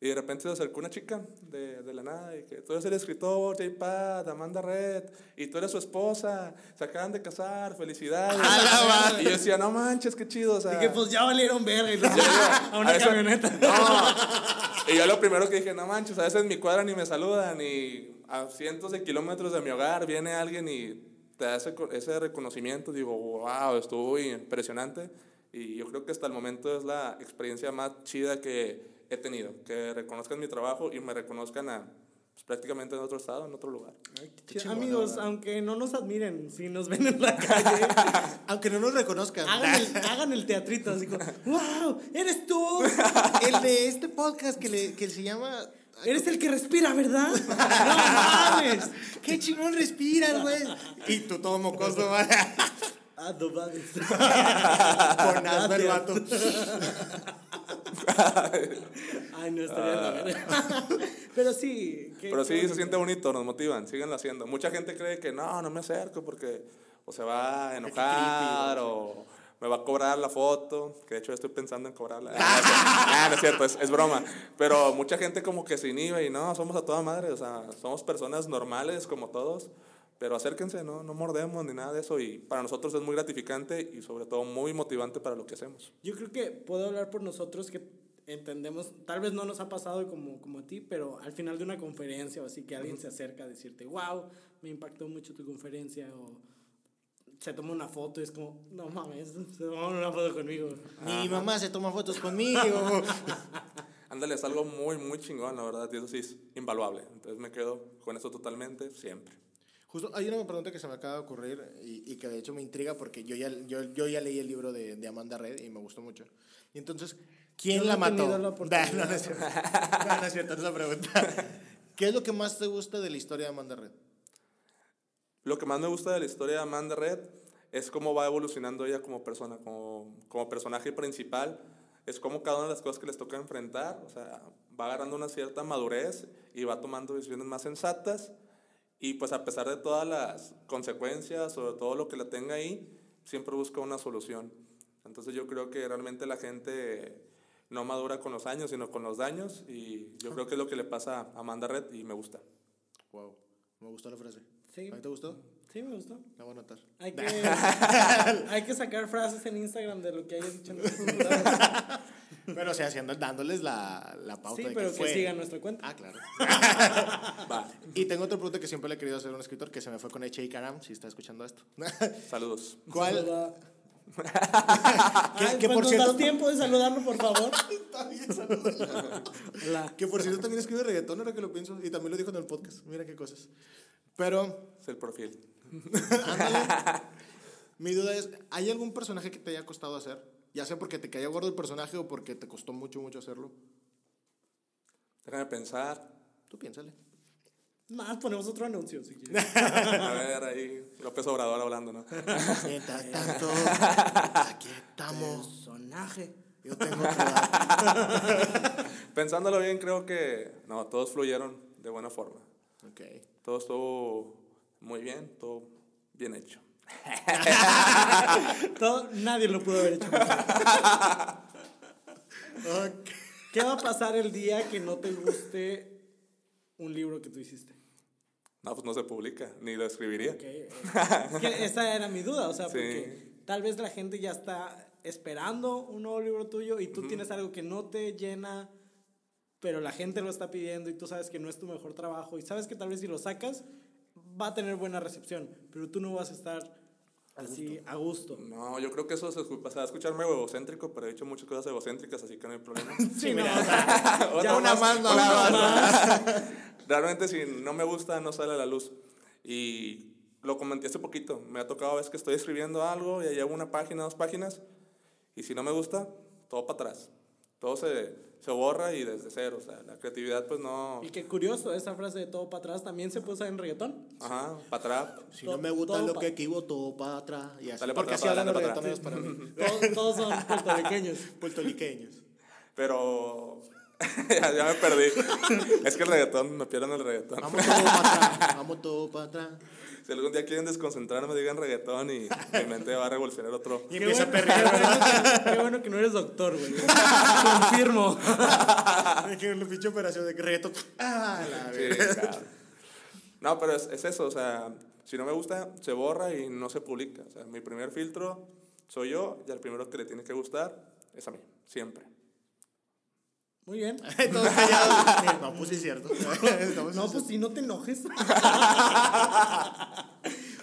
S5: Y de repente se acercó una chica de, de la nada y que tú eres el escritor, J-Pad, Amanda Red, y tú eres su esposa, se acaban de casar, felicidades. y yo decía, no manches, qué chido. o sea,
S1: Y que pues ya valieron verga y los
S5: Yo digo,
S1: llevó a una
S5: veces-
S1: camioneta.
S5: No. Y yo lo primero que dije, no manches, a veces en mi cuadra ni me saludan y a cientos de kilómetros de mi hogar viene alguien y te da ese, co- ese reconocimiento. Digo, wow, estuvo impresionante. Y yo creo que hasta el momento es la experiencia más chida que he tenido. Que reconozcan mi trabajo y me reconozcan a, pues, prácticamente en otro estado, en otro lugar.
S1: Amigos, aunque no nos admiren, si nos ven en la calle,
S4: Aunque no nos reconozcan.
S1: hagan el, hagan el teatrito así como, wow, eres tú,
S4: El de este podcast que, le- que se llama...
S1: eres el que respira, ¿verdad? No mames.
S4: ¡Qué chingón respiras, güey! Y tú todo mocoso, güey.
S1: Ah, no mames.
S4: Con asma el vato.
S1: Ay, no estaría en la verga. Pero sí. qué-
S5: Pero
S1: qué
S5: sí, se
S1: bonito.
S5: siente bonito, nos motivan, síganlo haciendo. Mucha gente cree que no, no me acerco porque o se va a enojar o me va a cobrar la foto, que de hecho estoy pensando en cobrarla. Ah, no es cierto, es, es broma. Pero mucha gente como que se inhibe y no, somos a toda madre, o sea, somos personas normales como todos, pero acérquense, no, no mordemos ni nada de eso y para nosotros es muy gratificante y sobre todo muy motivante para lo que hacemos.
S1: Yo creo que puedo hablar por nosotros que entendemos, tal vez no nos ha pasado como, como a ti, pero al final de una conferencia o así que alguien se acerca a decirte, wow, me impactó mucho tu conferencia o se toma una foto y es como, no mames, se tomaron una foto conmigo.
S4: Mi mamá se toma fotos conmigo.
S5: Ándale, es algo muy, muy chingón, la verdad, y eso sí es invaluable. Entonces me quedo con eso totalmente siempre.
S4: Justo hay una pregunta que se me acaba de ocurrir y, y que de hecho me intriga porque yo ya, yo, yo ya leí el libro de, de Amanda Red y me gustó mucho. Y entonces, ¿quién
S1: Yo no
S4: la
S1: he tenido
S4: mató?
S1: la oportunidad.
S4: no, no es cierto. No, no es cierto, no es la pregunta. ¿Qué es lo que más te gusta de la historia de Amanda Red?
S5: Lo que más me gusta de la historia de Amanda Red es cómo va evolucionando ella como persona, como, como personaje principal. Es como cada una de las cosas que les toca enfrentar, o sea, va agarrando una cierta madurez y va tomando decisiones más sensatas. Y pues a pesar de todas las consecuencias, sobre todo lo que la tenga ahí, siempre busca una solución. Entonces yo creo que realmente la gente no madura con los años, sino con los daños. Y yo creo que es lo que le pasa a Amanda Red y me gusta.
S4: Wow, me gustó la frase.
S1: Sí.
S4: ¿A ti te gustó?
S1: Sí, me gustó.
S4: La voy a anotar.
S1: Hay que, hay que sacar frases en Instagram de lo que hayas dicho en los programas.
S4: Pero o sea, haciendo, dándoles la, la pauta
S1: Sí,
S4: de
S1: pero
S4: que
S1: que
S4: fue.
S1: sigan nuestra cuenta.
S4: Ah, claro.
S5: Va,
S4: Y tengo otra pregunta que siempre le he querido hacer a un escritor que se me fue con H.A. Karam, si está escuchando esto.
S5: saludos.
S4: ¿Cuál?
S1: Saluda-
S4: que-
S1: Ay,
S4: que
S1: pues
S4: por
S1: nos
S4: cierto-
S1: das tiempo de saludarlo, por favor? Hola.
S4: Que por cierto también escribe reggaetón, ahora que lo pienso, y también lo dijo en el podcast. Mira qué cosas. Pero,
S5: Es el perfil.
S4: Ándale. Mi duda es, ¿hay algún personaje que te haya costado hacer? Ya sea porque te caía gordo el personaje o porque te costó mucho, mucho hacerlo.
S5: Déjame pensar.
S4: Tú piénsale.
S1: Más ponemos otro anuncio si quieres.
S5: A ver, ahí López Obrador hablando, ¿no?
S4: Mientras tanto,
S6: Aquí estamos.
S1: Personaje.
S4: yo tengo otra.
S5: Pensándolo bien, creo que no, todos fluyeron de buena forma.
S4: Ok.
S5: Todo estuvo muy bien, todo bien hecho.
S1: Todo, nadie lo pudo haber hecho. mejor. ¿Qué va a pasar el día que no te guste un libro que tú hiciste?
S5: No, pues no se publica, ni lo escribiría.
S1: Ok, eh, que esa era mi duda, o sea,
S5: Sí.
S1: porque tal vez la gente ya está esperando un nuevo libro tuyo y tú tienes algo que no te llena, pero la gente lo está pidiendo y tú sabes que no es tu mejor trabajo y sabes que tal vez si lo sacas va a tener buena recepción, pero tú no vas a estar así a gusto.
S5: No, yo creo que eso se escu- se va a escucharme egocéntrico, pero he dicho muchas cosas egocéntricas, así que no hay problema.
S1: Sí, no, o sea,
S5: Otra
S4: una más, no,
S5: otra
S4: una más.
S5: Realmente si no me gusta, no sale a la luz. Y lo comenté hace poquito, me ha tocado a veces que estoy escribiendo algo y llevo una página, dos páginas, y si no me gusta, todo para atrás. Todo se, se borra y desde cero, o sea, la creatividad pues no...
S1: y qué curioso, esa frase de todo para atrás también se puede usar en reggaetón.
S5: Ajá, para atrás.
S4: Si no
S1: Todo-
S4: me gusta
S1: todo
S4: lo
S1: pa-
S4: que equivo, todo para atrás. Y así.
S5: Dale pa'
S4: Porque
S5: atrás,
S4: así hablan los
S5: dale pa'
S4: reggaetoneros para mí.
S1: Todos, todos son puertorriqueños.
S4: Puertoliqueños.
S5: Pero... ya, ya me perdí. es que el reggaetón, me pierden el reggaetón.
S4: Vamos todo para atrás. Vamos todo para atrás.
S5: Si algún día quieren desconcentrarme, digan reggaetón y mi mente va a revolucionar otro.
S1: Qué bueno, qué bueno que- Qué bueno que no eres doctor, güey. Confirmo.
S4: Que una pinche operación de reggaetón. Ah, la
S5: Sí,
S4: verga.
S5: claro. No, pero es, es eso, o sea, si no me gusta, se borra y no se publica. O sea, mi primer filtro soy yo y el primero que le tiene que gustar es a mí, siempre.
S1: Muy bien.
S4: Todos callados. No, pues sí es cierto. Estamos-
S1: No, pues si no te enojes.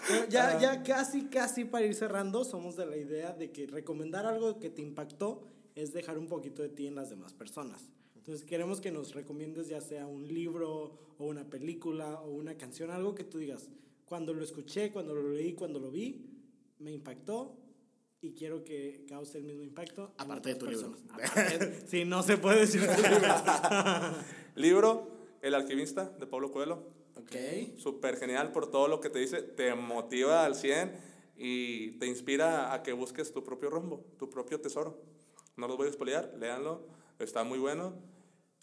S1: Bueno, ya,
S4: Ah.
S1: ya casi, casi para ir cerrando, somos de la idea de que recomendar algo que te impactó es dejar un poquito de ti en las demás personas. Entonces queremos que nos recomiendes ya sea un libro o una película o una canción, algo que tú digas, cuando lo escuché, cuando lo leí, cuando lo vi, me impactó y quiero que cause el mismo impacto. en
S4: Aparte de
S1: otras
S4: tu libro.
S1: personas. Aparte de- sí, no se puede decir tu libro.
S5: Libro, El alquimista, de Pablo Coelho.
S1: Ok.
S5: Súper genial por todo lo que te dice, te motiva al 100 y te inspira a que busques tu propio rumbo, tu propio tesoro. No los voy a spoilear, léanlo, está muy bueno.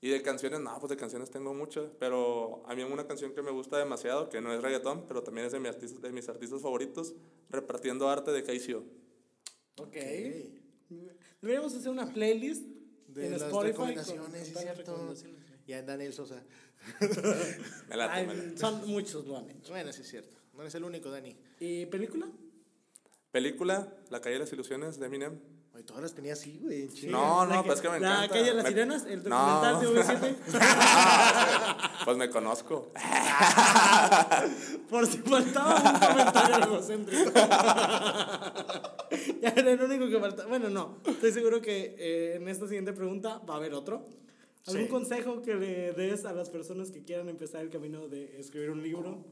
S5: Y de canciones, no, pues de canciones tengo muchas, pero a mí una canción que me gusta demasiado, que no es reggaetón, pero también es de, mi artista- de mis artistas favoritos, Repartiendo Arte de KCO.
S1: Ok. Deberíamos hacer una playlist
S4: De
S1: en
S4: las
S1: Spotify con- con
S4: recomendaciones, sí,
S1: todas las
S4: cierto.
S1: recomendaciones.
S4: Y andan el Sosa.
S5: Me late,
S1: Ay,
S5: me late.
S1: son muchos lo han hecho.
S4: Bueno, sí es cierto. No eres el único, Dani.
S1: ¿Y película?
S5: Película, La Calle de las Ilusiones, de Eminem.
S4: Hoy todas las tenía así, güey. en chinga.
S5: No,
S1: La
S5: no,
S1: que-
S5: pues es que me
S1: La
S5: encanta.
S1: calle de las
S5: Me-
S1: sirenas, el
S5: No.
S1: documental de V7.
S5: Pues me conozco.
S1: Por si faltaba un comentario egocéntrico. ya era el único que faltaba. Bueno, no. Estoy seguro que eh, en esta siguiente pregunta va a haber otro. ¿Algún
S4: Sí.
S1: consejo que le des a las personas que quieran empezar el camino de escribir un libro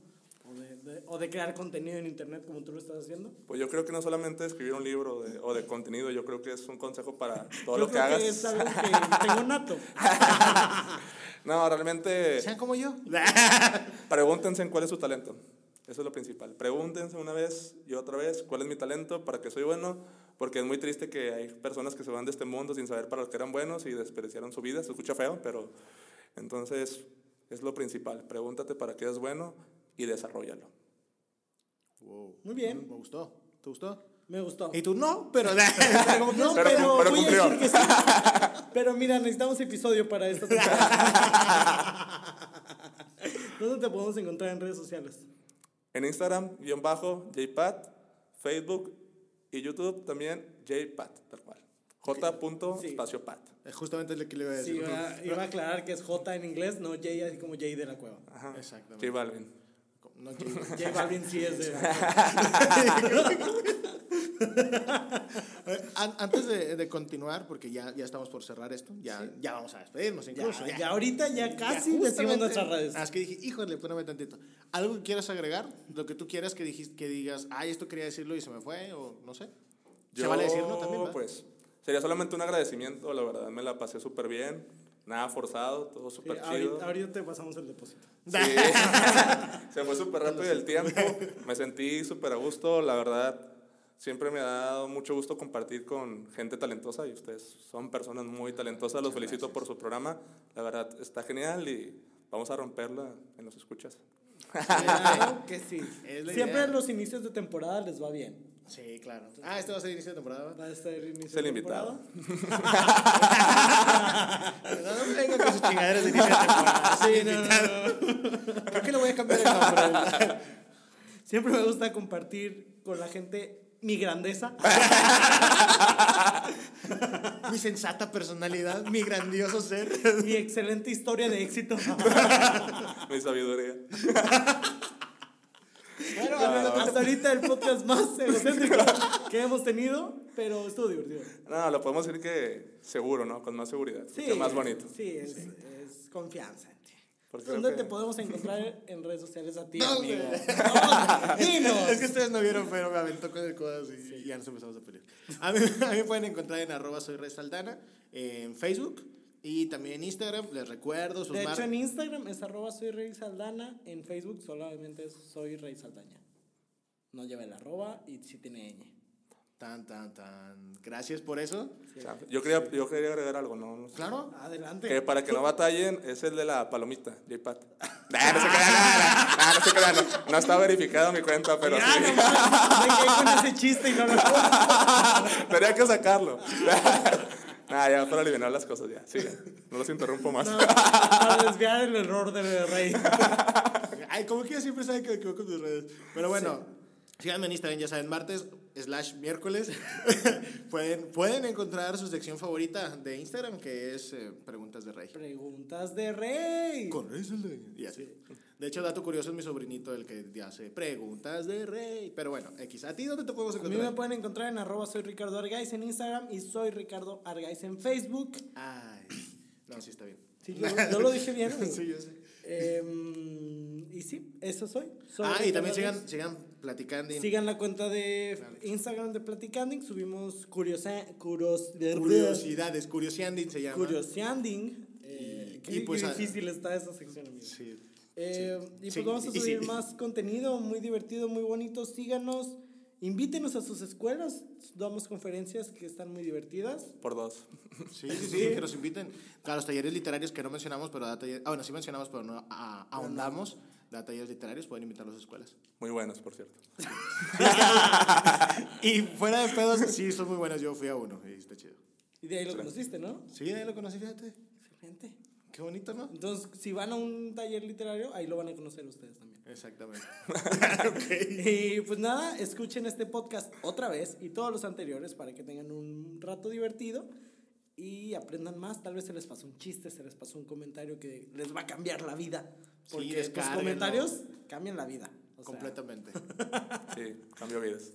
S1: o de, de- o de crear contenido en internet como tú lo estás haciendo?
S5: Pues yo creo que no solamente escribir un libro de- o de contenido, yo creo que es un consejo para todo
S1: Yo
S5: lo que
S1: creo
S5: hagas.
S1: que es algo que tengo nato.
S5: No, realmente
S4: Sean como yo.
S5: pregúntense en cuál es su talento. Eso es lo principal. Pregúntense una vez y otra vez cuál es mi talento, para qué soy bueno, porque es muy triste que hay personas que se van de este mundo sin saber para lo que eran buenos y desperdiciaron su vida. Se escucha feo, pero entonces es lo principal. Pregúntate para qué es bueno y desarrollalo.
S4: Wow.
S1: Muy bien.
S4: Me gustó. ¿Te gustó?
S1: Me gustó.
S4: Y tú no, pero.
S1: No, pero,
S5: Pero cum- pero
S1: voy a
S5: cumplió.
S1: decir que sí. Pero mira, necesitamos episodio para esta temporada. ¿Dónde te podemos encontrar en redes sociales?
S5: En Instagram, guión bajo, JPAT, Facebook y YouTube también, JPAT, tal cual. J. punto
S1: Sí.
S5: Espacio Pat.
S4: Justamente es lo que le iba a
S1: Sí,
S4: decir.
S1: iba, iba a aclarar que es J en inglés, no J, así como J de la cueva.
S5: Ajá.
S4: Exactamente.
S5: J Balvin.
S4: No, que-
S1: J Balvin sí es de...
S4: An- antes de, de continuar, porque ya, ya estamos por cerrar esto, ya, ya vamos a despedirnos
S1: Ya,
S4: incluso.
S1: ya ahorita ya casi decimos
S4: justamente-
S1: nuestras redes.
S4: Ah, Es que dije, híjole, espérame tantito. ¿Algo que quieras agregar? Lo que tú quieras que, dijis- que digas, ay, esto quería decirlo y se me fue, o no sé. se
S5: Yo,
S4: vale decirlo también, ¿verdad?
S5: Pues sería solamente un agradecimiento, la verdad me la pasé súper bien, nada forzado, todo
S1: Sí,
S5: súper chido.
S1: ahorita, ahorita te pasamos el depósito.
S5: Sí. Se fue súper rápido el tiempo. Me sentí súper a gusto. La verdad, siempre me ha dado mucho gusto compartir con gente talentosa y ustedes son personas muy talentosas. Los felicito por su programa. La verdad, está genial y vamos a romperla en los escuchas.
S1: Claro que sí.
S4: Es la
S1: Siempre
S4: idea.
S1: en los inicios de temporada les va bien.
S4: Sí, claro. Ah, este va a ser inicio de temporada. ¿verdad?
S1: Va a estar el inicio
S5: Es el
S1: de
S5: invitado.
S1: temporada.
S4: No, no venga con sus chingaderas de inicio de temporada.
S1: Sí, no, no, no.
S4: Creo que le voy a cambiar el nombre.
S1: Siempre me gusta compartir con la gente mi grandeza.
S4: Mi sensata personalidad, mi grandioso ser.
S1: mi excelente historia de éxito.
S5: Mi sabiduría.
S1: Bueno, hasta ahorita el podcast más egocéntrico que hemos tenido, pero estuvo divertido.
S5: No, lo podemos decir que seguro, ¿no? Con más seguridad.
S1: Sí.
S5: que más bonito.
S1: Sí, es, es confianza en ti.
S5: Porque
S1: ¿Dónde
S5: creo
S1: te
S5: que-
S1: podemos encontrar en redes sociales a ti,
S4: ¿Dónde?
S1: amigo? ¿Dónde? Dinos.
S4: Es que ustedes no vieron, pero me aventó con el codo así y ya nos empezamos a pelear. A mí, a mí me pueden encontrar en arroba soy Rey Saldana, en Facebook y también en Instagram. Les recuerdo sus
S1: De
S4: mar-
S1: hecho, en Instagram es arroba soy Rey Saldana. En Facebook solamente es soy Rey Saldaña. No lleva el arroba y sí tiene ñ.
S4: Tan, tan, tan. Gracias por eso.
S5: Chale. Yo quería, yo quería agregar algo, ¿no? No sé.
S4: Claro.
S1: Adelante.
S5: Que para que no batallen, es el de la palomita, JPAT. Nah, no se crean, nah, nah, nah, no se crean, no, no está verificado mi cuenta, pero
S1: Ya,
S5: sí.
S1: no mames, me quedé con ese chiste y no lo
S5: Tenía que sacarlo. Nada, ya, para aliviar las cosas, ya. Sigue. No los interrumpo más.
S1: No, para desviar el error del rey.
S4: Ay, como que yo siempre sabe que me equivoco en mis redes. Pero bueno, síganme en Instagram, ya saben, martes slash miércoles. pueden, pueden encontrar su sección favorita de Instagram, que es eh, Preguntas de Rey.
S1: Preguntas de rey.
S4: Con Rey Saldaña. Y así. De hecho, dato curioso es mi sobrinito el que hace Preguntas de Rey. Pero bueno, X, ¿a ti dónde te podemos
S1: A mí me
S4: encontrar?
S1: pueden encontrar en arroba soy Ricardo Argaiz en Instagram y soy Ricardo Argaiz en Facebook.
S4: Ay, no, sí está bien.
S1: Sí, yo, yo lo dije bien. güey.
S4: sí, yo sé.
S1: Em, y sí, eso soy. Soy
S4: Ah, y
S1: Ricardo
S4: también
S1: Argaiz.
S4: sigan, sigan platicando. y-
S1: Sigan la cuenta de Instagram de Platicanding. Subimos curiosa, curos,
S4: Curiosidades, curioseanding se llama.
S1: curioseanding. Eh,
S4: Y-
S1: qué
S4: y pues,
S1: qué
S4: ah,
S1: difícil está esa sección, amigo.
S4: Sí.
S1: Eh, Y
S4: Sí,
S1: pues vamos a
S4: y sí.
S1: subir más contenido, muy divertido, muy bonito. Síganos, invítenos a sus escuelas. Damos conferencias que están muy divertidas.
S5: Por dos.
S4: Sí, sí, sí, que nos inviten. A los talleres literarios que no mencionamos, pero da talleres. Ah, bueno, sí mencionamos, pero no ah, ahondamos. Da talleres literarios, pueden invitarlos a sus escuelas.
S5: Muy buenos, por cierto.
S4: Y fuera de pedos, sí, son muy buenos. Yo fui a uno y está chido.
S1: Y de ahí lo conociste, ¿no?
S4: Sí, ahí lo conocí, fíjate.
S1: Excelente.
S4: Qué bonito, ¿no?
S1: Entonces, si van a un taller literario, ahí lo van a conocer ustedes también.
S4: Exactamente.
S1: Y pues nada, escuchen este podcast otra vez y todos los anteriores para que tengan un rato divertido y aprendan más. Tal vez se les pasó un chiste, se les pasó un comentario que les va a cambiar la vida. Porque los
S4: descárguenlo.
S1: comentarios cambian la vida. O sea,
S4: Completamente.
S5: Sí, cambio vidas.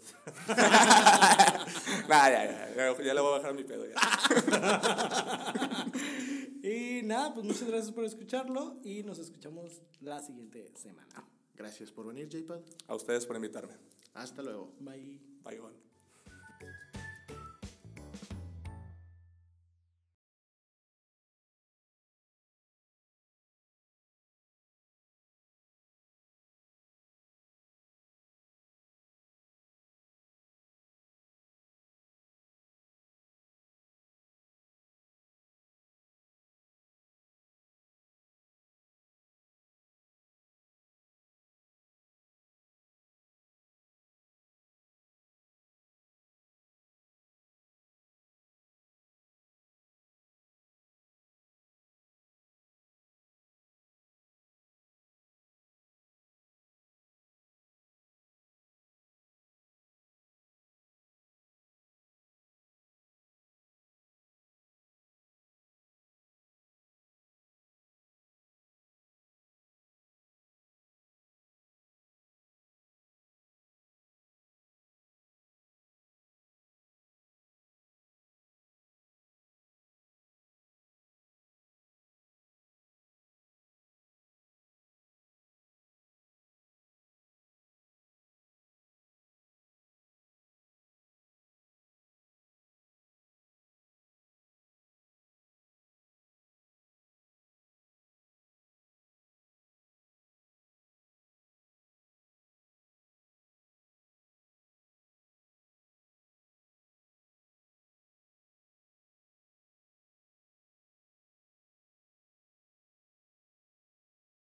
S5: Nah, ya, ya, ya. Ya le voy a bajar mi pedo. Ya.
S1: Y nada, pues muchas gracias por escucharlo y nos escuchamos la siguiente semana.
S4: Gracias por venir, JPad.
S5: A ustedes por invitarme.
S4: Hasta luego.
S1: Bye.
S5: Bye, Iván.